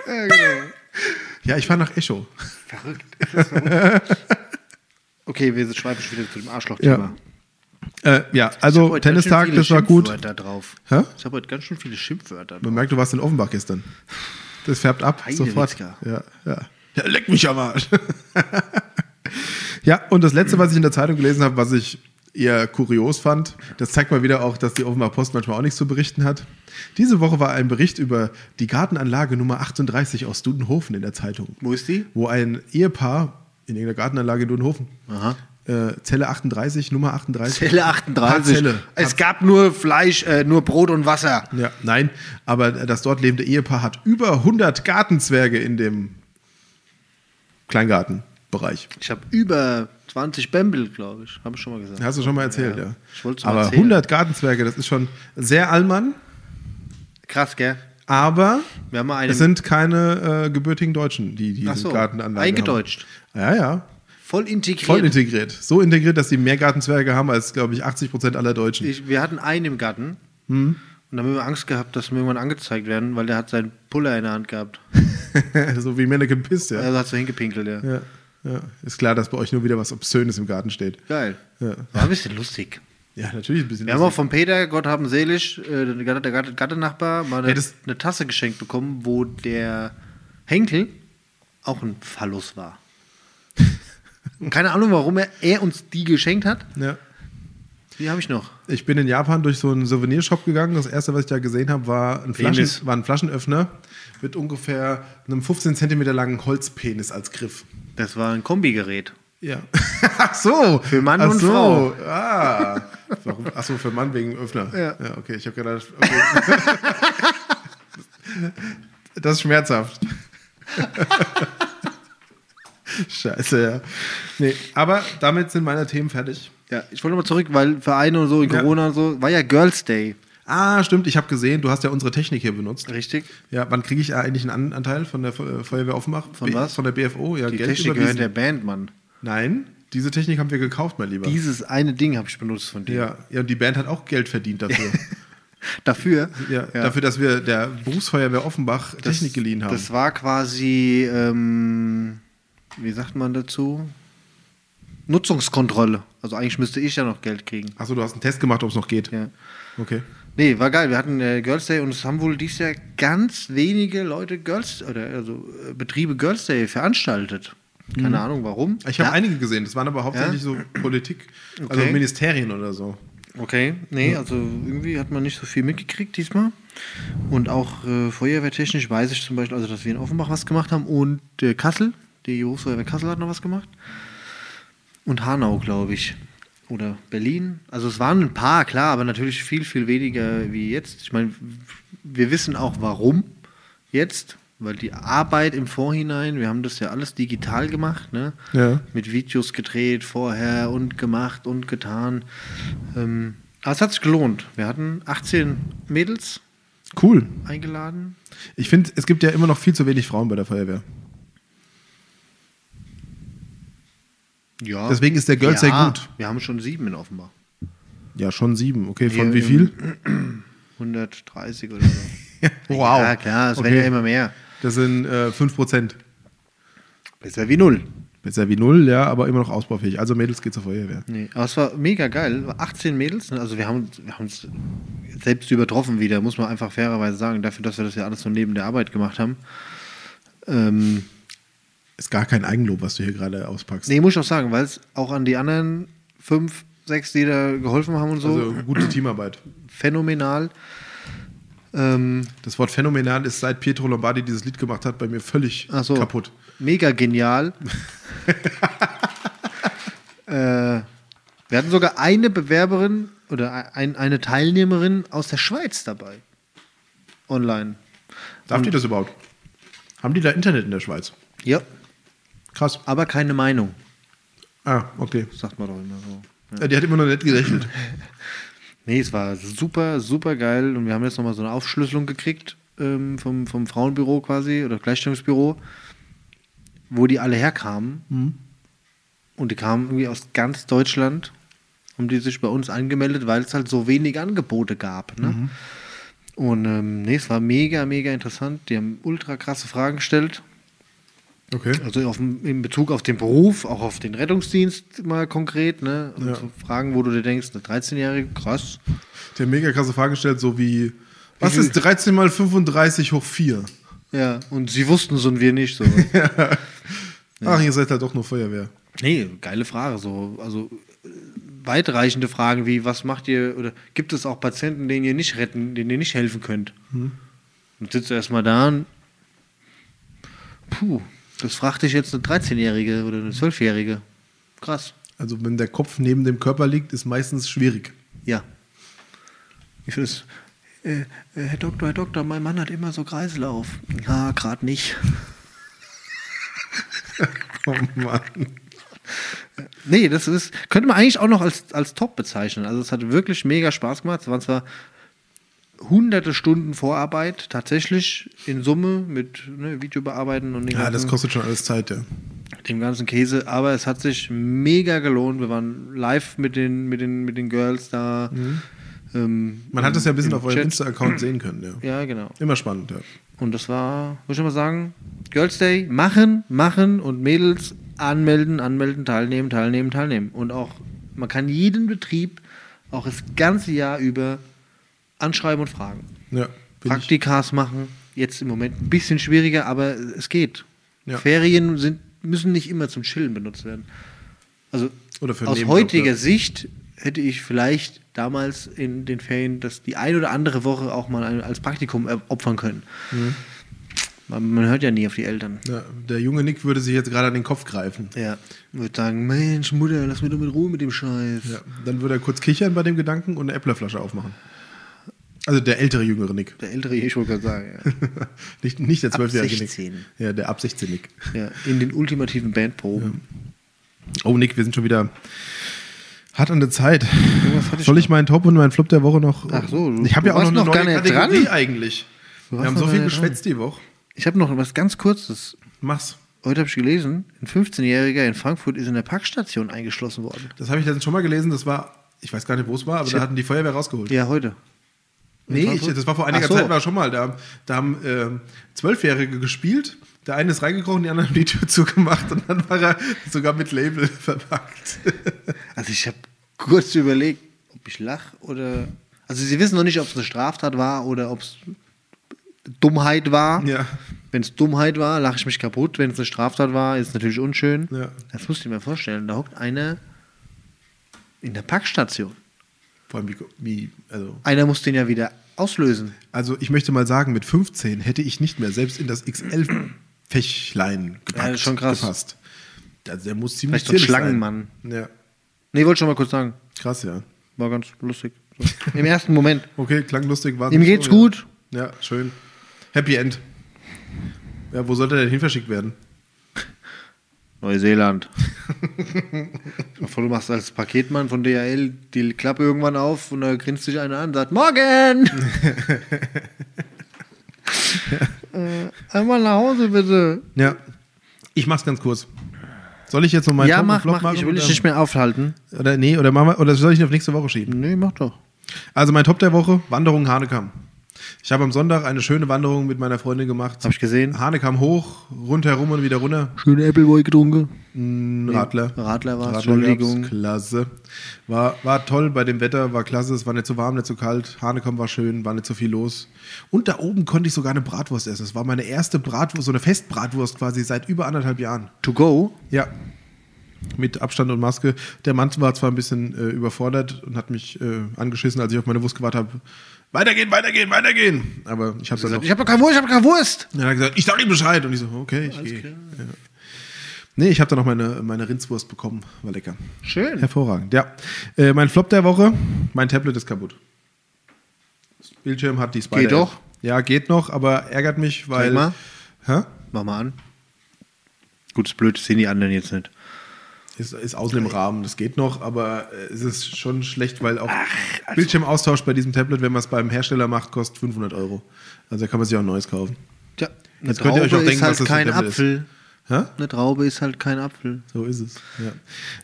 B: Ja, genau.
A: Ja, ich fahre nach Echo.
B: Verrückt. Das ist verrückt. Okay, wir schweifen schon wieder zu dem Arschloch-Thema.
A: Ja. Äh, ja, also
B: Heute ganz schön
A: Tennistag,
B: viele
A: das war gut.
B: Schimpfwörter drauf.
A: Hä?
B: Ich habe heute ganz schön viele Schimpfwörter.
A: Man merkt, du warst in Offenbach gestern. Das färbt ab
B: Heide
A: sofort.
B: Witzka.
A: Ja, ja. ja, leck mich am Arsch. ja, und das Letzte, was ich in der Zeitung gelesen habe, was ich eher kurios fand, das zeigt mal wieder auch, dass die Offenbar Post manchmal auch nichts zu berichten hat. Diese Woche war ein Bericht über die Gartenanlage Nummer 38 aus Dudenhofen in der Zeitung,
B: Wo ist die?
A: wo ein Ehepaar in irgendeiner Gartenanlage in Dudenhofen,
B: Aha.
A: äh, Zelle 38, Nummer 38.
B: Zelle 38.
A: Parzelle.
B: Es gab nur Fleisch, äh, nur Brot und Wasser.
A: Ja, nein, aber das dort lebende Ehepaar hat über 100 Gartenzwerge in dem Kleingartenbereich.
B: Ich habe über 20 Bämbel, glaube ich. Habe ich schon mal gesagt.
A: Hast du schon mal erzählt, ja.
B: Ich wollt's mal
A: aber
B: erzählen.
A: 100 Gartenzwerge, das ist schon sehr Allmann,
B: Krass, gell?
A: aber
B: Wir haben mal einen
A: es sind keine äh, gebürtigen Deutschen, die
B: Ach
A: diese
B: so,
A: Gartenanlage
B: eingedeutscht.
A: haben. Ja, ja.
B: voll integriert.
A: Voll integriert. So integriert, dass sie mehr Gartenzwerge haben als, glaube ich, 80 Prozent aller Deutschen.
B: ich, wir hatten einen im Garten.
A: Hm.
B: Und dann haben wir Angst gehabt, dass wir irgendwann angezeigt werden, weil der hat seinen Puller in der Hand gehabt.
A: so wie Männer gepisst, ja.
B: Also hat so hingepinkelt, ja.
A: ja. Ja. Ist klar, dass bei euch nur wieder was Obszönes im Garten steht.
B: Geil.
A: Ja.
B: War ein bisschen lustig.
A: Ja, natürlich ein bisschen.
B: Wir haben auch von Peter, Gott haben selig, äh, der Gatte- der Gatte- Gatte-Nachbar, mal eine,
A: Ja, das-
B: eine Tasse geschenkt bekommen, wo der Henkel auch ein Phallus war. Keine Ahnung, warum er, er uns die geschenkt hat.
A: Ja.
B: Wie habe ich noch?
A: Ich bin in Japan durch so einen Souvenirshop gegangen. Das erste, was ich da gesehen habe, war ein, Flaschen,
B: Penis.
A: war ein Flaschenöffner mit ungefähr einem 15 Zentimeter langen Holzpenis als Griff.
B: Das war ein Kombigerät.
A: Ja. Ach so.
B: Für Mann
A: Ach
B: und
A: so.
B: Frau.
A: Ah. Warum? Ach so, für Mann wegen Öffner.
B: Ja.
A: okay, ich habe gedacht. Okay. das ist schmerzhaft. Scheiße, ja. Nee, aber damit sind meine Themen fertig.
B: Ja, ich wollte mal zurück, weil Vereine und so, in
A: Ja.
B: Corona und so, war ja Girls Day,
A: Ah, stimmt, ich habe gesehen, du hast ja unsere Technik hier benutzt.
B: richtig?
A: Ja, wann kriege ich eigentlich einen An- Anteil von der Fe- äh, Feuerwehr Offenbach?
B: Von was?
A: Von der BFO, ja,
B: Die
A: Geld
B: Technik
A: überwiesen.
B: gehört der Band, Mann.
A: Nein, diese Technik haben wir gekauft, mein Lieber.
B: Dieses eine Ding habe ich benutzt von dir.
A: ja, ja, und die Band hat auch Geld verdient dafür.
B: Dafür?
A: ja, Dafür, dass wir der Berufsfeuerwehr Offenbach
B: Das-
A: Technik geliehen haben.
B: Das war quasi, ähm, wie sagt man dazu? Nutzungskontrolle. Also eigentlich müsste ich ja noch Geld kriegen.
A: Achso, du hast einen Test gemacht, ob es noch geht.
B: Ja.
A: Okay.
B: Nee, war geil. Wir hatten äh, Girls Day und es haben wohl dieses Jahr ganz wenige Leute Girls oder also äh, Betriebe Girls Day veranstaltet. Keine Ahnung warum.
A: Ich habe
B: Ja,
A: einige gesehen, das waren aber hauptsächlich so Politik, also
B: Okay.
A: Ministerien oder so.
B: Okay, nee, also irgendwie hat man nicht so viel mitgekriegt diesmal. Und auch äh, feuerwehrtechnisch weiß ich zum Beispiel, also dass wir in Offenbach was gemacht haben und äh, Kassel, die Berufsfeuerwehr Kassel hat noch was gemacht. Und Hanau, glaube ich. Oder Berlin. Also es waren ein paar, klar, aber natürlich viel, viel weniger wie jetzt. Ich meine, wir wissen auch warum jetzt, weil die Arbeit im Vorhinein, wir haben das ja alles digital gemacht, ne?
A: Ja.
B: mit Videos gedreht vorher und gemacht und getan. Ähm, aber es hat sich gelohnt. Wir hatten 18 Mädels
A: Cool.
B: eingeladen.
A: Ich finde, es gibt ja immer noch viel zu wenig Frauen bei der Feuerwehr.
B: Ja.
A: Deswegen ist der Girls Day gut.
B: Wir haben schon sieben in Offenbach.
A: Ja, schon sieben. Okay, von
B: Ja,
A: wie
B: ja.
A: viel?
B: 130 oder so.
A: wow.
B: Ja, klar, es werden
A: Okay.
B: ja immer mehr.
A: Das sind äh, 5%.
B: Besser wie null.
A: Besser wie null, ja, aber immer noch ausbaufähig. Also Mädels geht zur Feuerwehr.
B: Nee, aber es war mega geil. 18 Mädels, ne? also wir haben, uns- wir haben uns selbst übertroffen wieder, muss man einfach fairerweise sagen, dafür, dass wir das ja alles so neben der Arbeit gemacht haben. Ähm,
A: Ist gar kein Eigenlob, was du hier gerade auspackst.
B: nee, muss ich auch sagen, weil es auch an die anderen fünf, sechs, die da geholfen haben und so,
A: Also gute Teamarbeit.
B: phänomenal. Ähm,
A: Das Wort phänomenal ist seit Pietro Lombardi dieses Lied gemacht hat, bei mir völlig
B: ach so,
A: kaputt.
B: Mega genial. äh, wir hatten sogar eine Bewerberin oder ein, eine Teilnehmerin aus der Schweiz dabei. Online.
A: Darf
B: Hm.
A: die das überhaupt? Haben die da Internet in der Schweiz?
B: Ja,
A: Krass.
B: aber keine Meinung,
A: Ah, okay.
B: sagt man doch immer so.
A: Äh, Die hat immer noch nett gerechnet.
B: Nee, es war super, super geil und wir haben jetzt nochmal so eine Aufschlüsselung gekriegt ähm, vom, vom Frauenbüro quasi oder Gleichstellungsbüro, wo die alle herkamen. Und die kamen irgendwie aus ganz Deutschland, haben die sich bei uns angemeldet, weil es halt so wenig Angebote gab. Ne? Und ähm, nee, es war mega, mega interessant. Die haben ultra krasse Fragen gestellt.
A: Okay.
B: Also auf, dem- in Bezug auf den Beruf, auch auf den Rettungsdienst mal konkret, ne? Und
A: Ja.
B: so Fragen, wo du dir denkst, eine 13-Jährige, krass.
A: Die haben mega krasse Fragen gestellt, so wie: Was
B: viel-
A: ist 13 mal 35 hoch 4?
B: Ja, und sie wussten es und wir nicht so.
A: Ach, ihr seid halt doch nur Feuerwehr.
B: nee, geile Frage so, also äh, weitreichende Fragen wie was macht ihr oder gibt es auch Patienten, denen ihr nicht retten, denen ihr nicht helfen könnt? Und sitzt du erstmal da und puh, das fragt dich jetzt eine 13-jährige oder eine 12-jährige. Krass.
A: Also, wenn der Kopf neben dem Körper liegt, ist meistens schwierig.
B: Ja. Ich finde es. Äh, äh, Herr Doktor, Herr Doktor, mein Mann hat immer so Kreisel auf. Ja, gerade nicht.
A: Oh Mann.
B: Nee, das ist, könnte man eigentlich auch noch als, als top bezeichnen. Also es hat wirklich mega Spaß gemacht. Es waren zwar hunderte Stunden Vorarbeit, tatsächlich in Summe mit ne, Video bearbeiten und den
A: Ja, das
B: ganzen,
A: kostet schon alles Zeit, ja.
B: dem ganzen Käse, aber es hat sich mega gelohnt. Wir waren live mit den, mit den, mit den Girls da.
A: Mhm.
B: Ähm,
A: Man hat das ja ein bisschen
B: im
A: auf eurem
B: Chat.
A: Insta-Account sehen können, ja.
B: Ja, genau.
A: Immer spannend, ja.
B: Und das war, muss ich mal sagen, Girls Day, machen, machen und Mädels anmelden, anmelden, teilnehmen, teilnehmen, teilnehmen. Und auch, man kann jeden Betrieb auch das ganze Jahr über anschreiben und fragen.
A: ja bin ich-
B: Praktikas machen, jetzt im Moment ein bisschen schwieriger, aber es geht.
A: Ja.
B: Ferien sind, müssen nicht immer zum Chillen benutzt werden. Also
A: Oder für einen
B: aus
A: Nebenjob,
B: heutiger
A: ja.
B: Sicht hätte ich vielleicht damals in den Ferien das die ein oder andere Woche auch mal ein- als Praktikum äh, opfern können.
A: Mhm.
B: Man, man hört ja nie auf die Eltern.
A: Ja, der junge Nick würde sich jetzt gerade an den Kopf greifen.
B: Ja. Würde sagen, Mensch, Mutter, lass mich doch mit Ruhe mit dem Scheiß.
A: Ja. Dann würde er kurz kichern bei dem Gedanken und eine Äpplerflasche aufmachen. Also der ältere, jüngere Nick.
B: Der ältere, ich wollte gerade sagen, ja.
A: nicht, nicht der
B: Ab
A: zwölfjährige Nick.
B: 16.
A: Ja, der ab 16 Nick.
B: ja. In den ultimativen Bandproben.
A: Oh, Nick, wir sind schon wieder hart an der Zeit.
B: Irgendwas hatte ich
A: Soll ich meinen Top und meinen Flop der Woche noch?
B: Ach so, du-
A: ich habe ja
B: du
A: auch noch
B: warst
A: eine neue
B: noch gar nicht
A: Kategorie
B: dran.
A: eigentlich.
B: Du
A: Wir
B: warst
A: haben so
B: noch
A: viel
B: gar nicht
A: geschwätzt die Woche.
B: Ich habe noch was ganz Kurzes.
A: Mach's.
B: Heute habe ich gelesen, ein 15-Jähriger in Frankfurt ist in der Parkstation eingeschlossen worden.
A: Das habe ich letztens schon mal gelesen. Das war, ich weiß gar nicht, wo es war, aber da hatten die Feuerwehr rausgeholt.
B: Ja, heute. In
A: Nee, ich,
B: Frankfurt?
A: das war vor einiger
B: Ach so.
A: Zeit, war schon mal. Da, da haben ähm, Zwölfjährige gespielt. Der eine ist reingekrochen, die anderen haben die Tür zugemacht und dann war er sogar mit Label verpackt.
B: Also ich habe kurz überlegt, ob ich lache oder... Also sie wissen noch nicht, ob es eine Straftat war oder ob es Dummheit war.
A: Ja.
B: Wenn es Dummheit war, lache ich mich kaputt. Wenn es eine Straftat war, ist es natürlich unschön.
A: Ja.
B: Das musst du dir mal vorstellen. Da hockt einer in der Parkstation.
A: Vor allem, wie, wie also,
B: Einer muss den ja wieder auslösen.
A: also ich möchte mal sagen, mit 15 hätte ich nicht mehr selbst in das XL-Fächlein gepackt,
B: Ja, das ist schon krass.
A: gepasst. Also der muss ziemlich
B: Vielleicht so ein
A: zierlich
B: Schlangenmann.
A: Sein. Ja,
B: Nee, wollte schon mal kurz sagen.
A: krass, ja.
B: War ganz lustig. So. Im ersten Moment.
A: Okay, klang lustig. War
B: Ihm
A: nicht
B: geht's
A: so,
B: gut.
A: Ja. ja, schön. Happy End. Ja, wo sollte er denn hin verschickt werden?
B: Neuseeland. Bevor du machst als Paketmann von DHL die Klappe irgendwann auf und da grinst dich einer an und sagt, Morgen! äh, einmal nach Hause bitte.
A: Ja. Ich mach's ganz kurz. Soll ich jetzt noch meinen
B: ja,
A: Top- und
B: mach,
A: Flop
B: mach.
A: machen
B: Ich will
A: oder-
B: dich nicht mehr aufhalten.
A: Oder nee, oder, machen wir, oder soll ich ihn auf nächste Woche schieben?
B: Nee, mach doch.
A: Also mein Top der Woche, Wanderung Hanekam. Ich habe am Sonntag eine schöne Wanderung mit meiner Freundin gemacht.
B: Hab ich gesehen.
A: Hanekam hoch, rundherum und wieder runter.
B: Schöne Appleboy getrunken.
A: Ein Radler.
B: Radler war's,
A: Radler
B: Entschuldigung.
A: gab's, Klasse. War, war toll bei dem Wetter, war klasse. Es war nicht zu warm, nicht zu kalt. Hanekam war schön, war nicht so viel los. Und da oben konnte ich sogar eine Bratwurst essen. Es war meine erste Bratwurst, so eine Festbratwurst quasi seit über anderthalb Jahren.
B: To go?
A: Ja. Mit Abstand und Maske. Der Mann war zwar ein bisschen äh, überfordert und hat mich äh, angeschissen, als ich auf meine Wurst gewartet habe. Weitergehen, weitergehen, weitergehen. Aber ich habe dann auch.
B: Ich hab doch keine Wurst, ich hab doch keine Wurst.
A: Dann hat er gesagt, ich sag ihm Bescheid. Und ich so, okay, ich gehe. Ja. Nee, ich habe dann auch meine, meine Rindswurst bekommen. War lecker.
B: Schön.
A: Hervorragend, ja. Äh, mein Flop der Woche, mein Tablet ist kaputt. Das Bildschirm hat die Spider.
B: doch.
A: Ja, geht noch, aber ärgert mich, weil.
B: mal.
A: Hä?
B: Mach mal an. Gut, ist blöd, das sehen die anderen jetzt nicht.
A: Ist, ist außen im Rahmen, das geht noch, aber äh, es ist schon schlecht, weil auch
B: also-
A: Bildschirmaustausch bei diesem Tablet, wenn man es beim Hersteller macht, kostet 500 Euro. Also da kann man sich auch ein neues kaufen.
B: Tja, eine
A: Jetzt könnt ihr euch auch
B: Traube
A: denken,
B: ist halt
A: was das für ein
B: kein
A: Apfel ist.
B: Apfel.
A: Hä?
B: Eine Traube ist halt kein Apfel.
A: So ist es. Ja,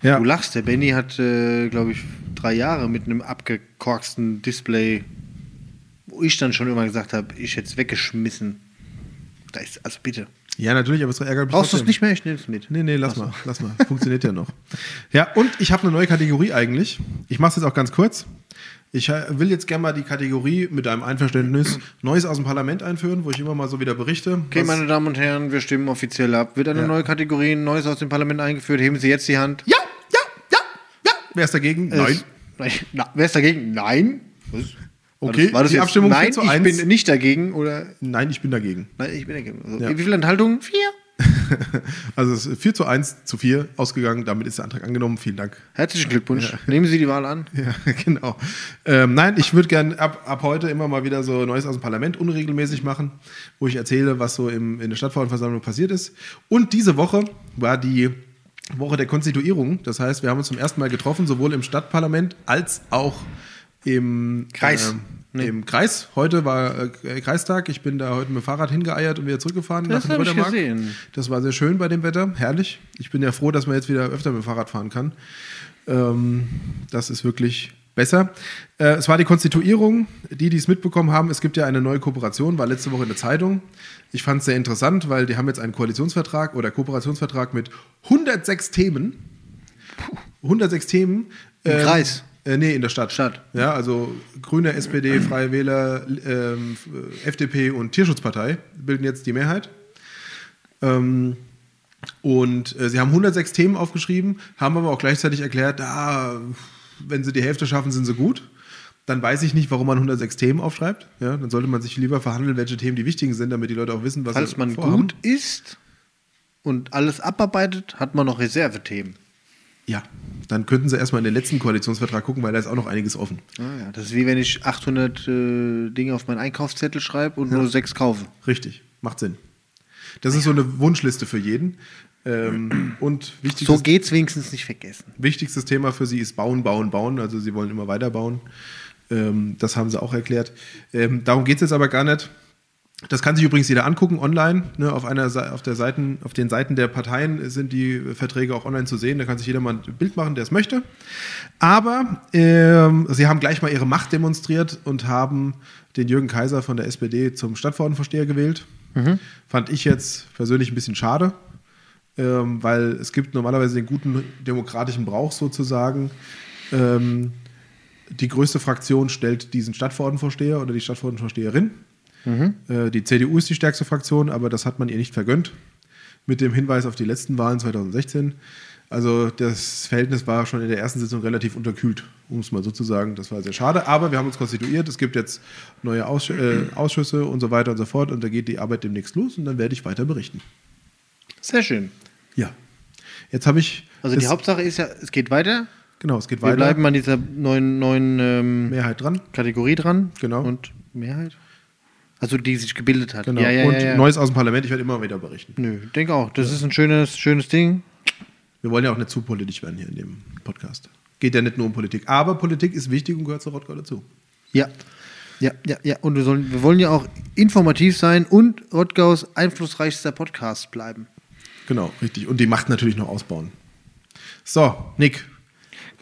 B: Du
A: ja.
B: lachst, der Benny hat, äh, glaube ich, drei Jahre mit einem abgekorksten Display, wo ich dann schon immer gesagt habe, ich hätte es weggeschmissen. Da ist, also bitte.
A: ja natürlich, aber es ärgert mich
B: Brauchst du es
A: trotzdem.
B: nicht mehr? Ich nehme es mit.
A: Nee, nee, lass mal, lass mal. Funktioniert ja noch. Ja, und ich habe eine neue Kategorie eigentlich. Ich mache es jetzt auch ganz kurz. Ich äh, will jetzt gerne mal die Kategorie mit deinem Einverständnis Neues aus dem Parlament einführen, wo ich immer mal so wieder berichte.
B: Okay,
A: was-
B: meine Damen und Herren, wir stimmen offiziell ab. Wird eine
A: Ja.
B: neue Kategorie, ein neues aus dem Parlament eingeführt? Heben Sie jetzt die Hand.
A: ja, ja, ja, ja. Wer ist dagegen? Nein.
B: Es- Nein. Na, wer ist dagegen? Nein. Was?
A: Okay,
B: war das, war das
A: die
B: jetzt?
A: Abstimmung
B: Nein,
A: vier zu
B: ich
A: eins.
B: bin nicht dagegen oder
A: Nein, ich bin dagegen.
B: nein, ich bin dagegen. Also,
A: Ja.
B: Wie viele Enthaltungen? Vier.
A: Also es ist 4 zu 1 zu 4 ausgegangen. Damit ist der Antrag angenommen. Vielen Dank.
B: Herzlichen Glückwunsch. Nehmen Sie die Wahl an.
A: Ja, genau. Ähm, nein, ich würde gern ab, ab heute immer mal wieder so Neues aus dem Parlament unregelmäßig machen, wo ich erzähle, was so im, in der Stadtverordnetenversammlung passiert ist. Und diese Woche war die Woche der Konstituierung. Das heißt, wir haben uns zum ersten Mal getroffen, sowohl im Stadtparlament als auch im
B: Kreis.
A: ähm, Im Kreis. Heute war äh, Kreistag. Ich bin da heute mit dem Fahrrad hingeeiert und wieder zurückgefahren.
B: Das
A: nach dem
B: hab ich
A: Rödermark.
B: gesehen.
A: Das war sehr schön bei dem Wetter. Herrlich. Ich bin ja froh, dass man jetzt wieder öfter mit dem Fahrrad fahren kann. Ähm, das ist wirklich besser. Äh, es war die Konstituierung. Die, die es mitbekommen haben, es gibt ja eine neue Kooperation, war letzte Woche in der Zeitung. Ich fand es sehr interessant, weil die haben jetzt einen Koalitionsvertrag oder Kooperationsvertrag mit 106 Themen. 106 Themen.
B: Im
A: Ähm,
B: Kreis?
A: Äh, nee, in der Stadt.
B: Stadt.
A: Ja, also Grüne, SPD, Freie Wähler, ähm, FDP und Tierschutzpartei bilden jetzt die Mehrheit. Ähm, und äh, sie haben 106 Themen aufgeschrieben, haben aber auch gleichzeitig erklärt, ah, wenn sie die Hälfte schaffen, sind sie gut. Dann weiß ich nicht, warum man 106 Themen aufschreibt. Ja, dann sollte man sich lieber verhandeln, welche Themen die wichtigen sind, damit die Leute auch wissen, was
B: Falls
A: sie
B: man
A: Also vorhaben.
B: gut ist und alles abarbeitet, hat man noch Reservethemen.
A: Ja, dann könnten sie erstmal in den letzten Koalitionsvertrag gucken, weil da ist auch noch einiges offen.
B: Ah, ja. Das ist wie wenn ich 800 äh, Dinge auf meinen Einkaufszettel schreibe und nur sechs kaufe.
A: Richtig, macht Sinn. Das ist so eine Wunschliste für jeden. Ähm, und
B: So
A: wichtigstes,
B: geht's wenigstens nicht vergessen.
A: wichtigstes Thema für sie ist bauen, bauen, bauen. Also sie wollen immer weiter bauen. Ähm, das haben sie auch erklärt. Ähm, darum geht es jetzt aber gar nicht. Das kann sich übrigens jeder angucken online. Ne, auf, einer, Sei- auf, der Seiten, auf den Seiten der Parteien sind die Verträge auch online zu sehen. Da kann sich jeder mal ein Bild machen, der es möchte. Aber ähm, sie haben gleich mal ihre Macht demonstriert und haben den Jürgen Kaiser von der SPD zum Stadtverordnetenvorsteher gewählt. Fand ich jetzt persönlich ein bisschen schade, ähm, weil es gibt normalerweise den guten demokratischen Brauch sozusagen. Ähm, die größte Fraktion stellt diesen Stadtverordnetenvorsteher oder die Stadtverordnetenvorsteherin. Äh, die CDU ist die stärkste Fraktion, aber das hat man ihr nicht vergönnt. Mit dem Hinweis auf die letzten Wahlen 2016. Also das Verhältnis war schon in der ersten Sitzung relativ unterkühlt, um es mal so zu sagen. Das war sehr schade. Aber wir haben uns konstituiert. Es gibt jetzt neue Aussch äh, Ausschüsse und so weiter und so fort. Und da geht die Arbeit demnächst los und dann werde ich weiter berichten.
B: Sehr schön.
A: Ja. Jetzt habe ich.
B: Also die
A: es-
B: Hauptsache ist ja, es geht weiter.
A: Genau, es geht
B: Wir
A: weiter.
B: bleiben an dieser neuen, neuen ähm,
A: Mehrheit dran.
B: Kategorie dran.
A: Genau.
B: Und Mehrheit. Also die sich gebildet hat.
A: Genau.
B: Ja, ja,
A: und
B: ja, ja.
A: Neues aus dem Parlament. Ich werde immer wieder berichten.
B: Nö, ich denke auch. Das ist ein schönes, schönes Ding.
A: Wir wollen ja auch nicht zu politisch werden hier in dem Podcast. Geht ja nicht nur um Politik. Aber Politik ist wichtig und gehört zur Rottgau dazu.
B: Ja. Ja, ja, ja. Und wir, sollen, wir wollen ja auch informativ sein und Rottgaus einflussreichster Podcast bleiben.
A: Genau, richtig. Und die Macht natürlich noch ausbauen. So, Nick.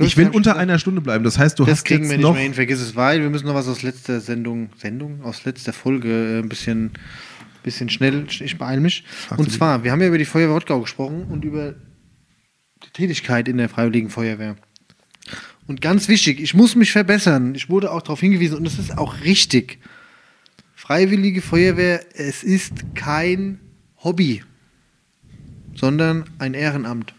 A: Ich
B: Gut, wir
A: will
B: haben
A: unter
B: schon-
A: einer Stunde bleiben. Das heißt, du
B: Das
A: hast
B: kriegen
A: jetzt
B: wir nicht
A: noch.
B: mehr hin, vergiss es, weil wir müssen noch was aus letzter Sendung, Sendung, aus letzter Folge äh, ein bisschen, bisschen schnell, ich beeil mich.
A: Absolut.
B: Und zwar, wir haben ja über die Feuerwehr Rottgau gesprochen und über die Tätigkeit in der Freiwilligen Feuerwehr. Und ganz wichtig, ich muss mich verbessern. Ich wurde auch darauf hingewiesen und es ist auch richtig. Freiwillige Feuerwehr, es ist kein Hobby, sondern ein Ehrenamt.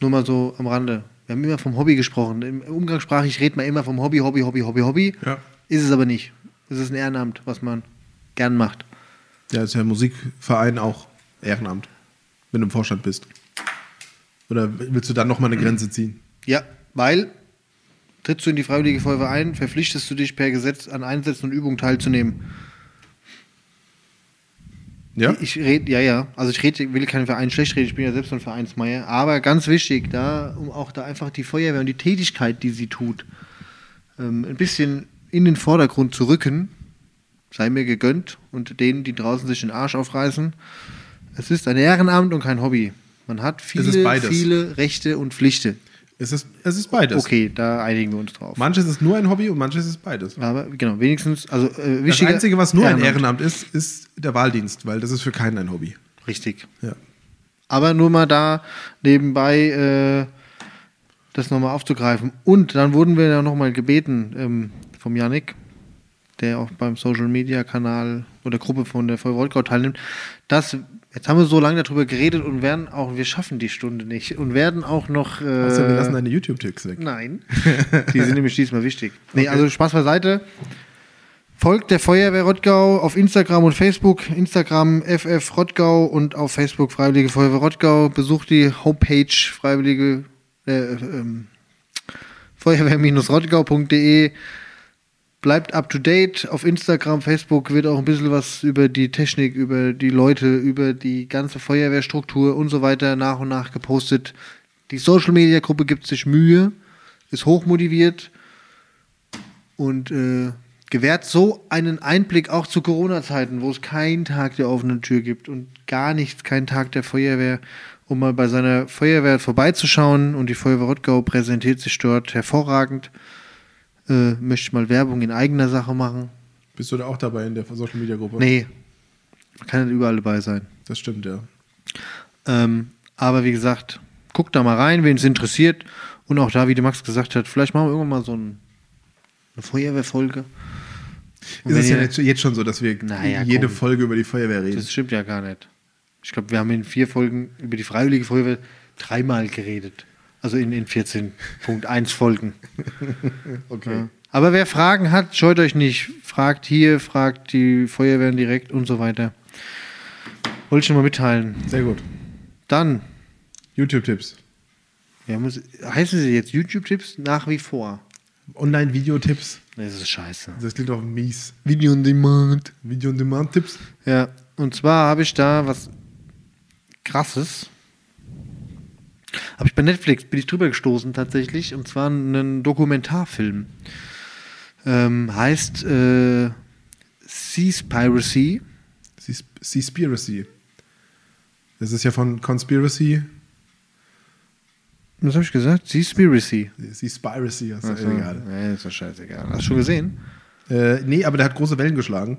B: Nur mal so am Rande. Wir haben immer vom Hobby gesprochen. Im Umgangssprachlich redet man immer vom Hobby, Hobby, Hobby, Hobby, Hobby.
A: Ja.
B: Ist es aber nicht. Es ist ein Ehrenamt, was man gern macht.
A: Ja, ist ja ein Musikverein auch Ehrenamt, wenn du im Vorstand bist. Oder willst du dann nochmal eine Grenze ziehen?
B: Ja, weil trittst du in die Freiwillige Feuerwehr ein, verpflichtest du dich per Gesetz an Einsätzen und Übungen teilzunehmen.
A: Ja?
B: Ich rede, ja, ja. Also ich rede, will keinen Verein schlecht reden, ich bin ja selbst ein Vereinsmeier. Aber ganz wichtig, da, um auch da einfach die Feuerwehr und die Tätigkeit, die sie tut, ähm, ein bisschen in den Vordergrund zu rücken, sei mir gegönnt und denen, die draußen sich den Arsch aufreißen. Es ist ein Ehrenamt und kein Hobby. Man hat
A: ist
B: viele,
A: beides.
B: viele Rechte und Pflichten.
A: Es ist, es ist beides.
B: Okay, da einigen wir uns drauf.
A: Manches ist nur ein Hobby und manches ist beides.
B: Aber genau, wenigstens, also äh,
A: Das
B: wichtiger.
A: Einzige, was nur ein Ehrenamt ist, ist der Wahldienst, weil das ist für keinen ein Hobby.
B: Richtig.
A: Ja.
B: Aber nur mal da nebenbei äh, das nochmal aufzugreifen. Und dann wurden wir ja nochmal gebeten ähm, vom Yannick, der auch beim Social Media Kanal oder Gruppe von der Vollvolkau teilnimmt, dass. Jetzt haben wir so lange darüber geredet und werden auch, wir schaffen die Stunde nicht und werden auch noch. Äh,
A: Also, wir lassen deine YouTube-Tipps weg.
B: Nein. Die sind nämlich diesmal wichtig. Nee, also Spaß beiseite. Folgt der Feuerwehr Rottgau auf Instagram und Facebook. Instagram FF Rottgau und auf Facebook Freiwillige Feuerwehr Rottgau. Besucht die Homepage Freiwillige äh, ähm, Feuerwehr-rottgau.de. Bleibt up to date auf Instagram, Facebook wird auch ein bisschen was über die Technik, über die Leute, über die ganze Feuerwehrstruktur und so weiter nach und nach gepostet. Die Social Media Gruppe gibt sich Mühe, ist hochmotiviert und äh, gewährt so einen Einblick auch zu Corona-Zeiten, wo es keinen Tag der offenen Tür gibt und gar nichts, keinen Tag der Feuerwehr, um mal bei seiner Feuerwehr vorbeizuschauen. Und die Feuerwehr Rottgau präsentiert sich dort hervorragend. Äh, möchte ich mal Werbung in eigener Sache machen?
A: Bist du da auch dabei in der Social-Media-Gruppe?
B: Nee, man kann nicht überall dabei sein.
A: Das stimmt, ja.
B: Ähm, aber wie gesagt, guckt da mal rein, wen es interessiert. Und auch da, wie der Max gesagt hat, vielleicht machen wir irgendwann mal so ein, eine Feuerwehrfolge. Und
A: Ist
B: wenn
A: es ja
B: ihr-
A: jetzt, jetzt schon so, dass wir
B: Naja,
A: jede
B: komm.
A: Folge über die Feuerwehr reden?
B: Das stimmt ja gar nicht. Ich glaube, wir haben in vier Folgen über die Freiwillige Feuerwehr dreimal geredet. Also in den 14.1 Folgen. Ja. Aber wer Fragen hat, scheut euch nicht. Fragt hier, fragt die Feuerwehren direkt und so weiter. Wollte ich schon mal mitteilen.
A: Sehr gut.
B: Dann,
A: YouTube-Tipps.
B: ja, muss, heißen sie jetzt YouTube-Tipps nach wie vor?
A: Online-Video-Tipps.
B: Das ist scheiße.
A: Das klingt doch mies.
B: Video on Demand.
A: Video-on-Demand-Tipps.
B: Ja, und zwar habe ich da was Krasses. Habe ich bei Netflix, bin ich drüber gestoßen tatsächlich, und zwar einen Dokumentarfilm. Ähm, heißt äh, Seaspiracy.
A: Seas- Seaspiracy. Das ist ja von Conspiracy.
B: Was habe ich gesagt? Seaspiracy.
A: Seaspiracy, hast du
B: Achso.
A: ja gerade.
B: Nee, Mhm. ist doch scheißegal. Hast du schon gesehen?
A: Äh, nee, aber der hat große Wellen geschlagen.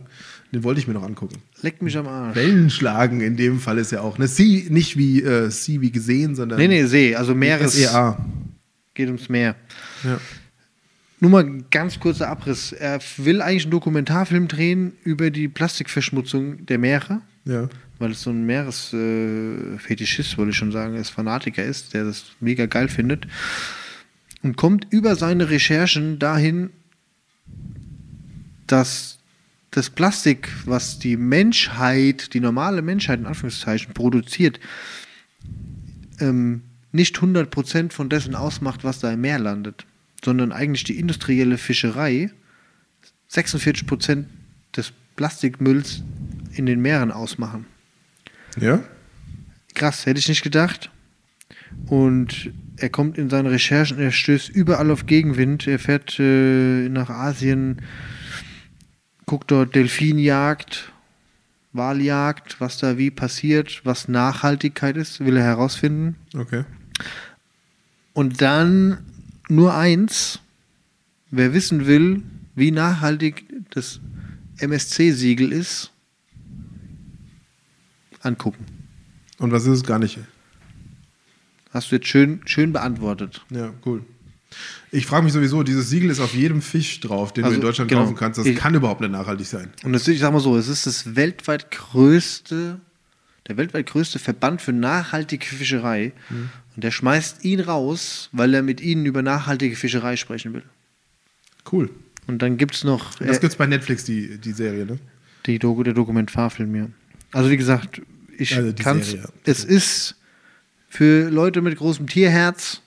A: Den wollte ich mir noch angucken.
B: Leck mich am Arsch.
A: Wellen schlagen in dem Fall ist ja auch. Ne? See, nicht wie äh, See wie gesehen, sondern E
B: Nee, nee, See, also Meeres.
A: SEA.
B: Geht ums Meer.
A: Ja.
B: Nur mal ein ganz kurzer Abriss. Er will eigentlich einen Dokumentarfilm drehen über die Plastikverschmutzung der Meere.
A: ja.
B: weil es so ein Meeresfetischist, äh, Fetischist, wollte ich schon sagen, ist Fanatiker ist, der das mega geil findet und kommt über seine Recherchen dahin, dass das Plastik, was die Menschheit, die normale Menschheit in Anführungszeichen produziert, ähm, nicht 100% von dessen ausmacht, was da im Meer landet, sondern eigentlich die industrielle Fischerei 46% des Plastikmülls in den Meeren ausmachen.
A: Ja?
B: Krass, hätte ich nicht gedacht. Und er kommt in seine Recherchen, er stößt überall auf Gegenwind. Er fährt äh, nach Asien, guckt dort Delfinjagd, Waljagd, was da wie passiert, was Nachhaltigkeit ist, will er herausfinden.
A: Okay.
B: Und dann nur eins, wer wissen will, wie nachhaltig das MSC-Siegel ist, angucken.
A: Und was ist es gar nicht?
B: Hast du jetzt schön, schön beantwortet.
A: Ja, cool. Ich frage mich sowieso, dieses Siegel ist auf jedem Fisch drauf, den
B: Also,
A: du in Deutschland
B: genau.
A: kaufen kannst. Das
B: Ich-
A: kann überhaupt nicht nachhaltig sein.
B: Und das, ich sag mal so, es ist das weltweit größte, der weltweit größte Verband für nachhaltige Fischerei. Und der schmeißt ihn raus, weil er mit ihnen über nachhaltige Fischerei sprechen will.
A: Cool.
B: Und dann gibt es noch
A: Das
B: äh,
A: gibt's bei Netflix, die, die Serie, ne?
B: die Doku, der Dokumentarfilm hier. Also wie gesagt, ich
A: Also die
B: kann
A: Serie, ja.
B: es ist für Leute mit großem Tierherz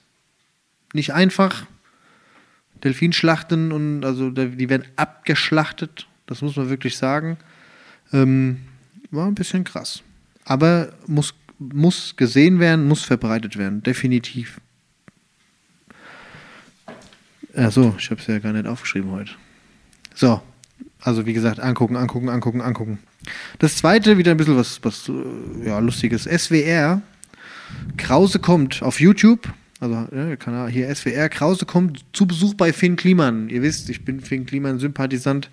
B: nicht einfach. Delfinschlachten und also da- die werden abgeschlachtet, das muss man wirklich sagen. Ähm, war ein bisschen krass. Aber muss, muss gesehen werden, muss verbreitet werden, definitiv. Achso, ich habe es ja gar nicht aufgeschrieben heute. So, also wie gesagt, angucken, angucken, angucken, angucken. Das zweite, wieder ein bisschen was, was äh, ja, lustiges. SWR, Krause kommt auf YouTube, also ja, Kanal hier SWR, Krause kommt zu Besuch bei Finn Kliman. Ihr wisst, ich bin Finn Kliman Sympathisant,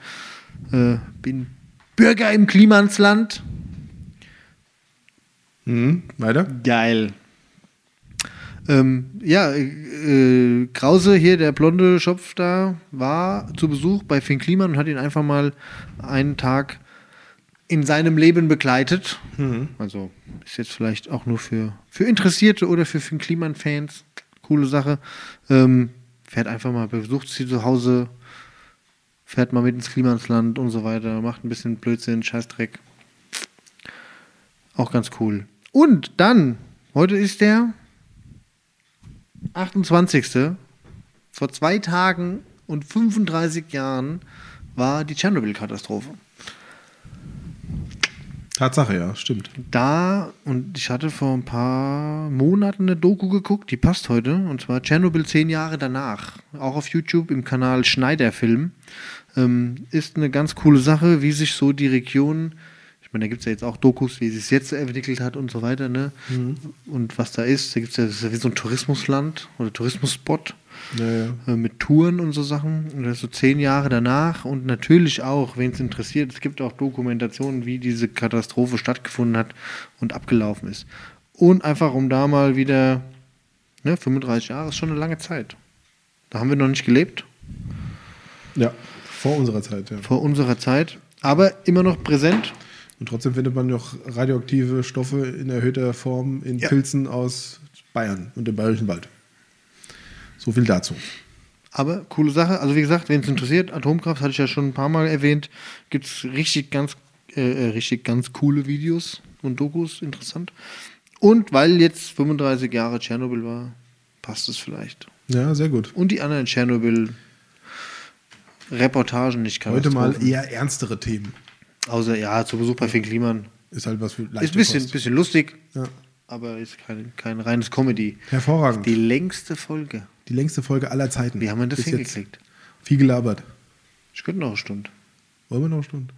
B: äh, bin Bürger im Klimansland.
A: Mhm. Weiter?
B: Geil. Ähm, ja, äh, äh, Krause hier, der blonde Schopf da, war zu Besuch bei Finn Kliman und hat ihn einfach mal einen Tag in seinem Leben begleitet. Also ist jetzt vielleicht auch nur für, für Interessierte oder für Finn Kliman-Fans. Coole Sache. Ähm, fährt einfach mal, besucht sie zu Hause, fährt mal mit ins Klimansland und so weiter, macht ein bisschen Blödsinn, Scheißdreck. Auch ganz cool. Und dann, heute ist der 28. Vor zwei Tagen und 35 Jahren war die Tschernobyl-Katastrophe.
A: Tatsache, ja, stimmt.
B: Da, und ich hatte vor ein paar Monaten eine Doku geguckt, die passt heute, und zwar Tschernobyl zehn Jahre danach. Auch auf YouTube im Kanal Schneider Film. Ähm, ist eine ganz coole Sache, wie sich so die Region, ich meine, da gibt es ja jetzt auch Dokus, wie sie es jetzt entwickelt hat und so weiter, ne? Und was da ist, da gibt es ja, das ist ja wie so ein Tourismusland oder Tourismusspot
A: Naja.
B: äh, mit Touren und so Sachen. Und das so zehn Jahre danach und natürlich auch, wen es interessiert, es gibt auch Dokumentationen, wie diese Katastrophe stattgefunden hat und abgelaufen ist. Und einfach um da mal wieder, ne, 35 Jahre ist schon eine lange Zeit. Da haben wir noch nicht gelebt,
A: Ja. Vor unserer Zeit, ja.
B: vor unserer Zeit, aber immer noch präsent.
A: Und trotzdem findet man noch radioaktive Stoffe in erhöhter Form in
B: Ja.
A: Pilzen aus Bayern und im Bayerischen Wald. So viel dazu.
B: Aber coole Sache. Also wie gesagt, wenn es interessiert, Atomkraft hatte ich ja schon ein paar Mal erwähnt, gibt es richtig ganz, äh, äh, richtig ganz coole Videos und Dokus, interessant. Und weil jetzt 35 Jahre Tschernobyl war, passt es vielleicht.
A: Ja, sehr gut.
B: Und die anderen Tschernobyl-Reportagen nicht
A: Heute mal
B: Katastrophen.
A: eher ernstere Themen.
B: Außer ja, zu Besuch bei Finn Kliman.
A: Ist halt was für leichte
B: Ist ein bisschen,
A: Kost.
B: bisschen lustig,
A: Ja.
B: aber ist kein, kein reines Comedy.
A: Hervorragend.
B: Die
A: Die,
B: längste Folge.
A: längste Folge aller Zeiten.
B: Wie haben wir das
A: Bis jetzt.
B: hingekriegt?
A: Viel gelabert.
B: Ich könnte noch eine Stunde.
A: Wollen wir noch eine Stunde?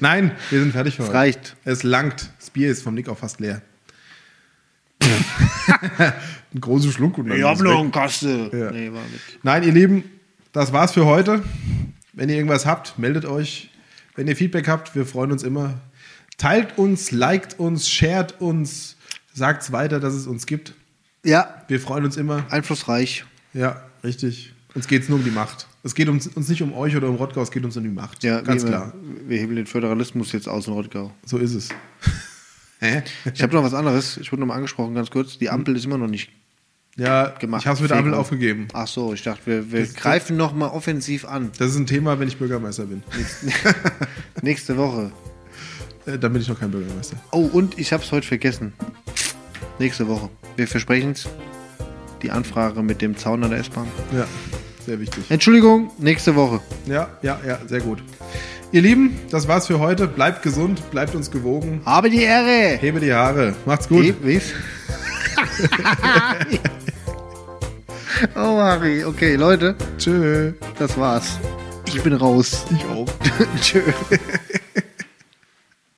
A: Nein, wir sind fertig für
B: Es
A: heute.
B: reicht.
A: Es langt. Das Bier ist vom Nick auch fast leer. Ein großer Schluck. Und dann ist es weg.
B: Kaste.
A: Ja.
B: Nee, war mit.
A: Nein, ihr Lieben, das war's für heute. Wenn ihr irgendwas habt, meldet euch. Wenn ihr Feedback habt, wir freuen uns immer. Teilt uns, liked uns, shared uns, sagt's weiter, dass es uns gibt.
B: Ja,
A: Wir freuen uns immer.
B: einflussreich.
A: Ja, richtig. Uns geht's nur um die Macht. Es geht uns, uns nicht um euch oder um Rottgau, es geht uns um die Macht.
B: Ja,
A: ganz
B: wir,
A: klar.
B: Wir hebeln den Föderalismus jetzt aus in Rottgau.
A: So ist es.
B: Ich habe noch was anderes. Ich wurde nochmal angesprochen, ganz kurz. Die Ampel ist immer noch nicht
A: ja, Hm.
B: gemacht.
A: ich hab's mit der Ampel
B: Fake.
A: aufgegeben.
B: Ach so, ich dachte, wir, wir greifen nochmal offensiv an.
A: Das ist ein Thema, wenn ich Bürgermeister bin.
B: Nächste Woche.
A: Äh, Dann bin ich noch kein Bürgermeister.
B: Oh, und ich habe es heute vergessen. Nächste Woche. Wir versprechen es. Die Anfrage mit dem Zaun an der S-Bahn.
A: Ja, sehr wichtig.
B: Entschuldigung, nächste Woche.
A: Ja, ja, ja, sehr gut. Ihr Lieben, das war's für heute. Bleibt gesund, bleibt uns gewogen.
B: Habe die Ehre!
A: Hebe die Haare. Macht's gut.
B: Wie- wie's? oh, Harry. Okay, Leute,
A: Tschö.
B: das war's. Ich bin raus.
A: Ich auch.
B: Tschö.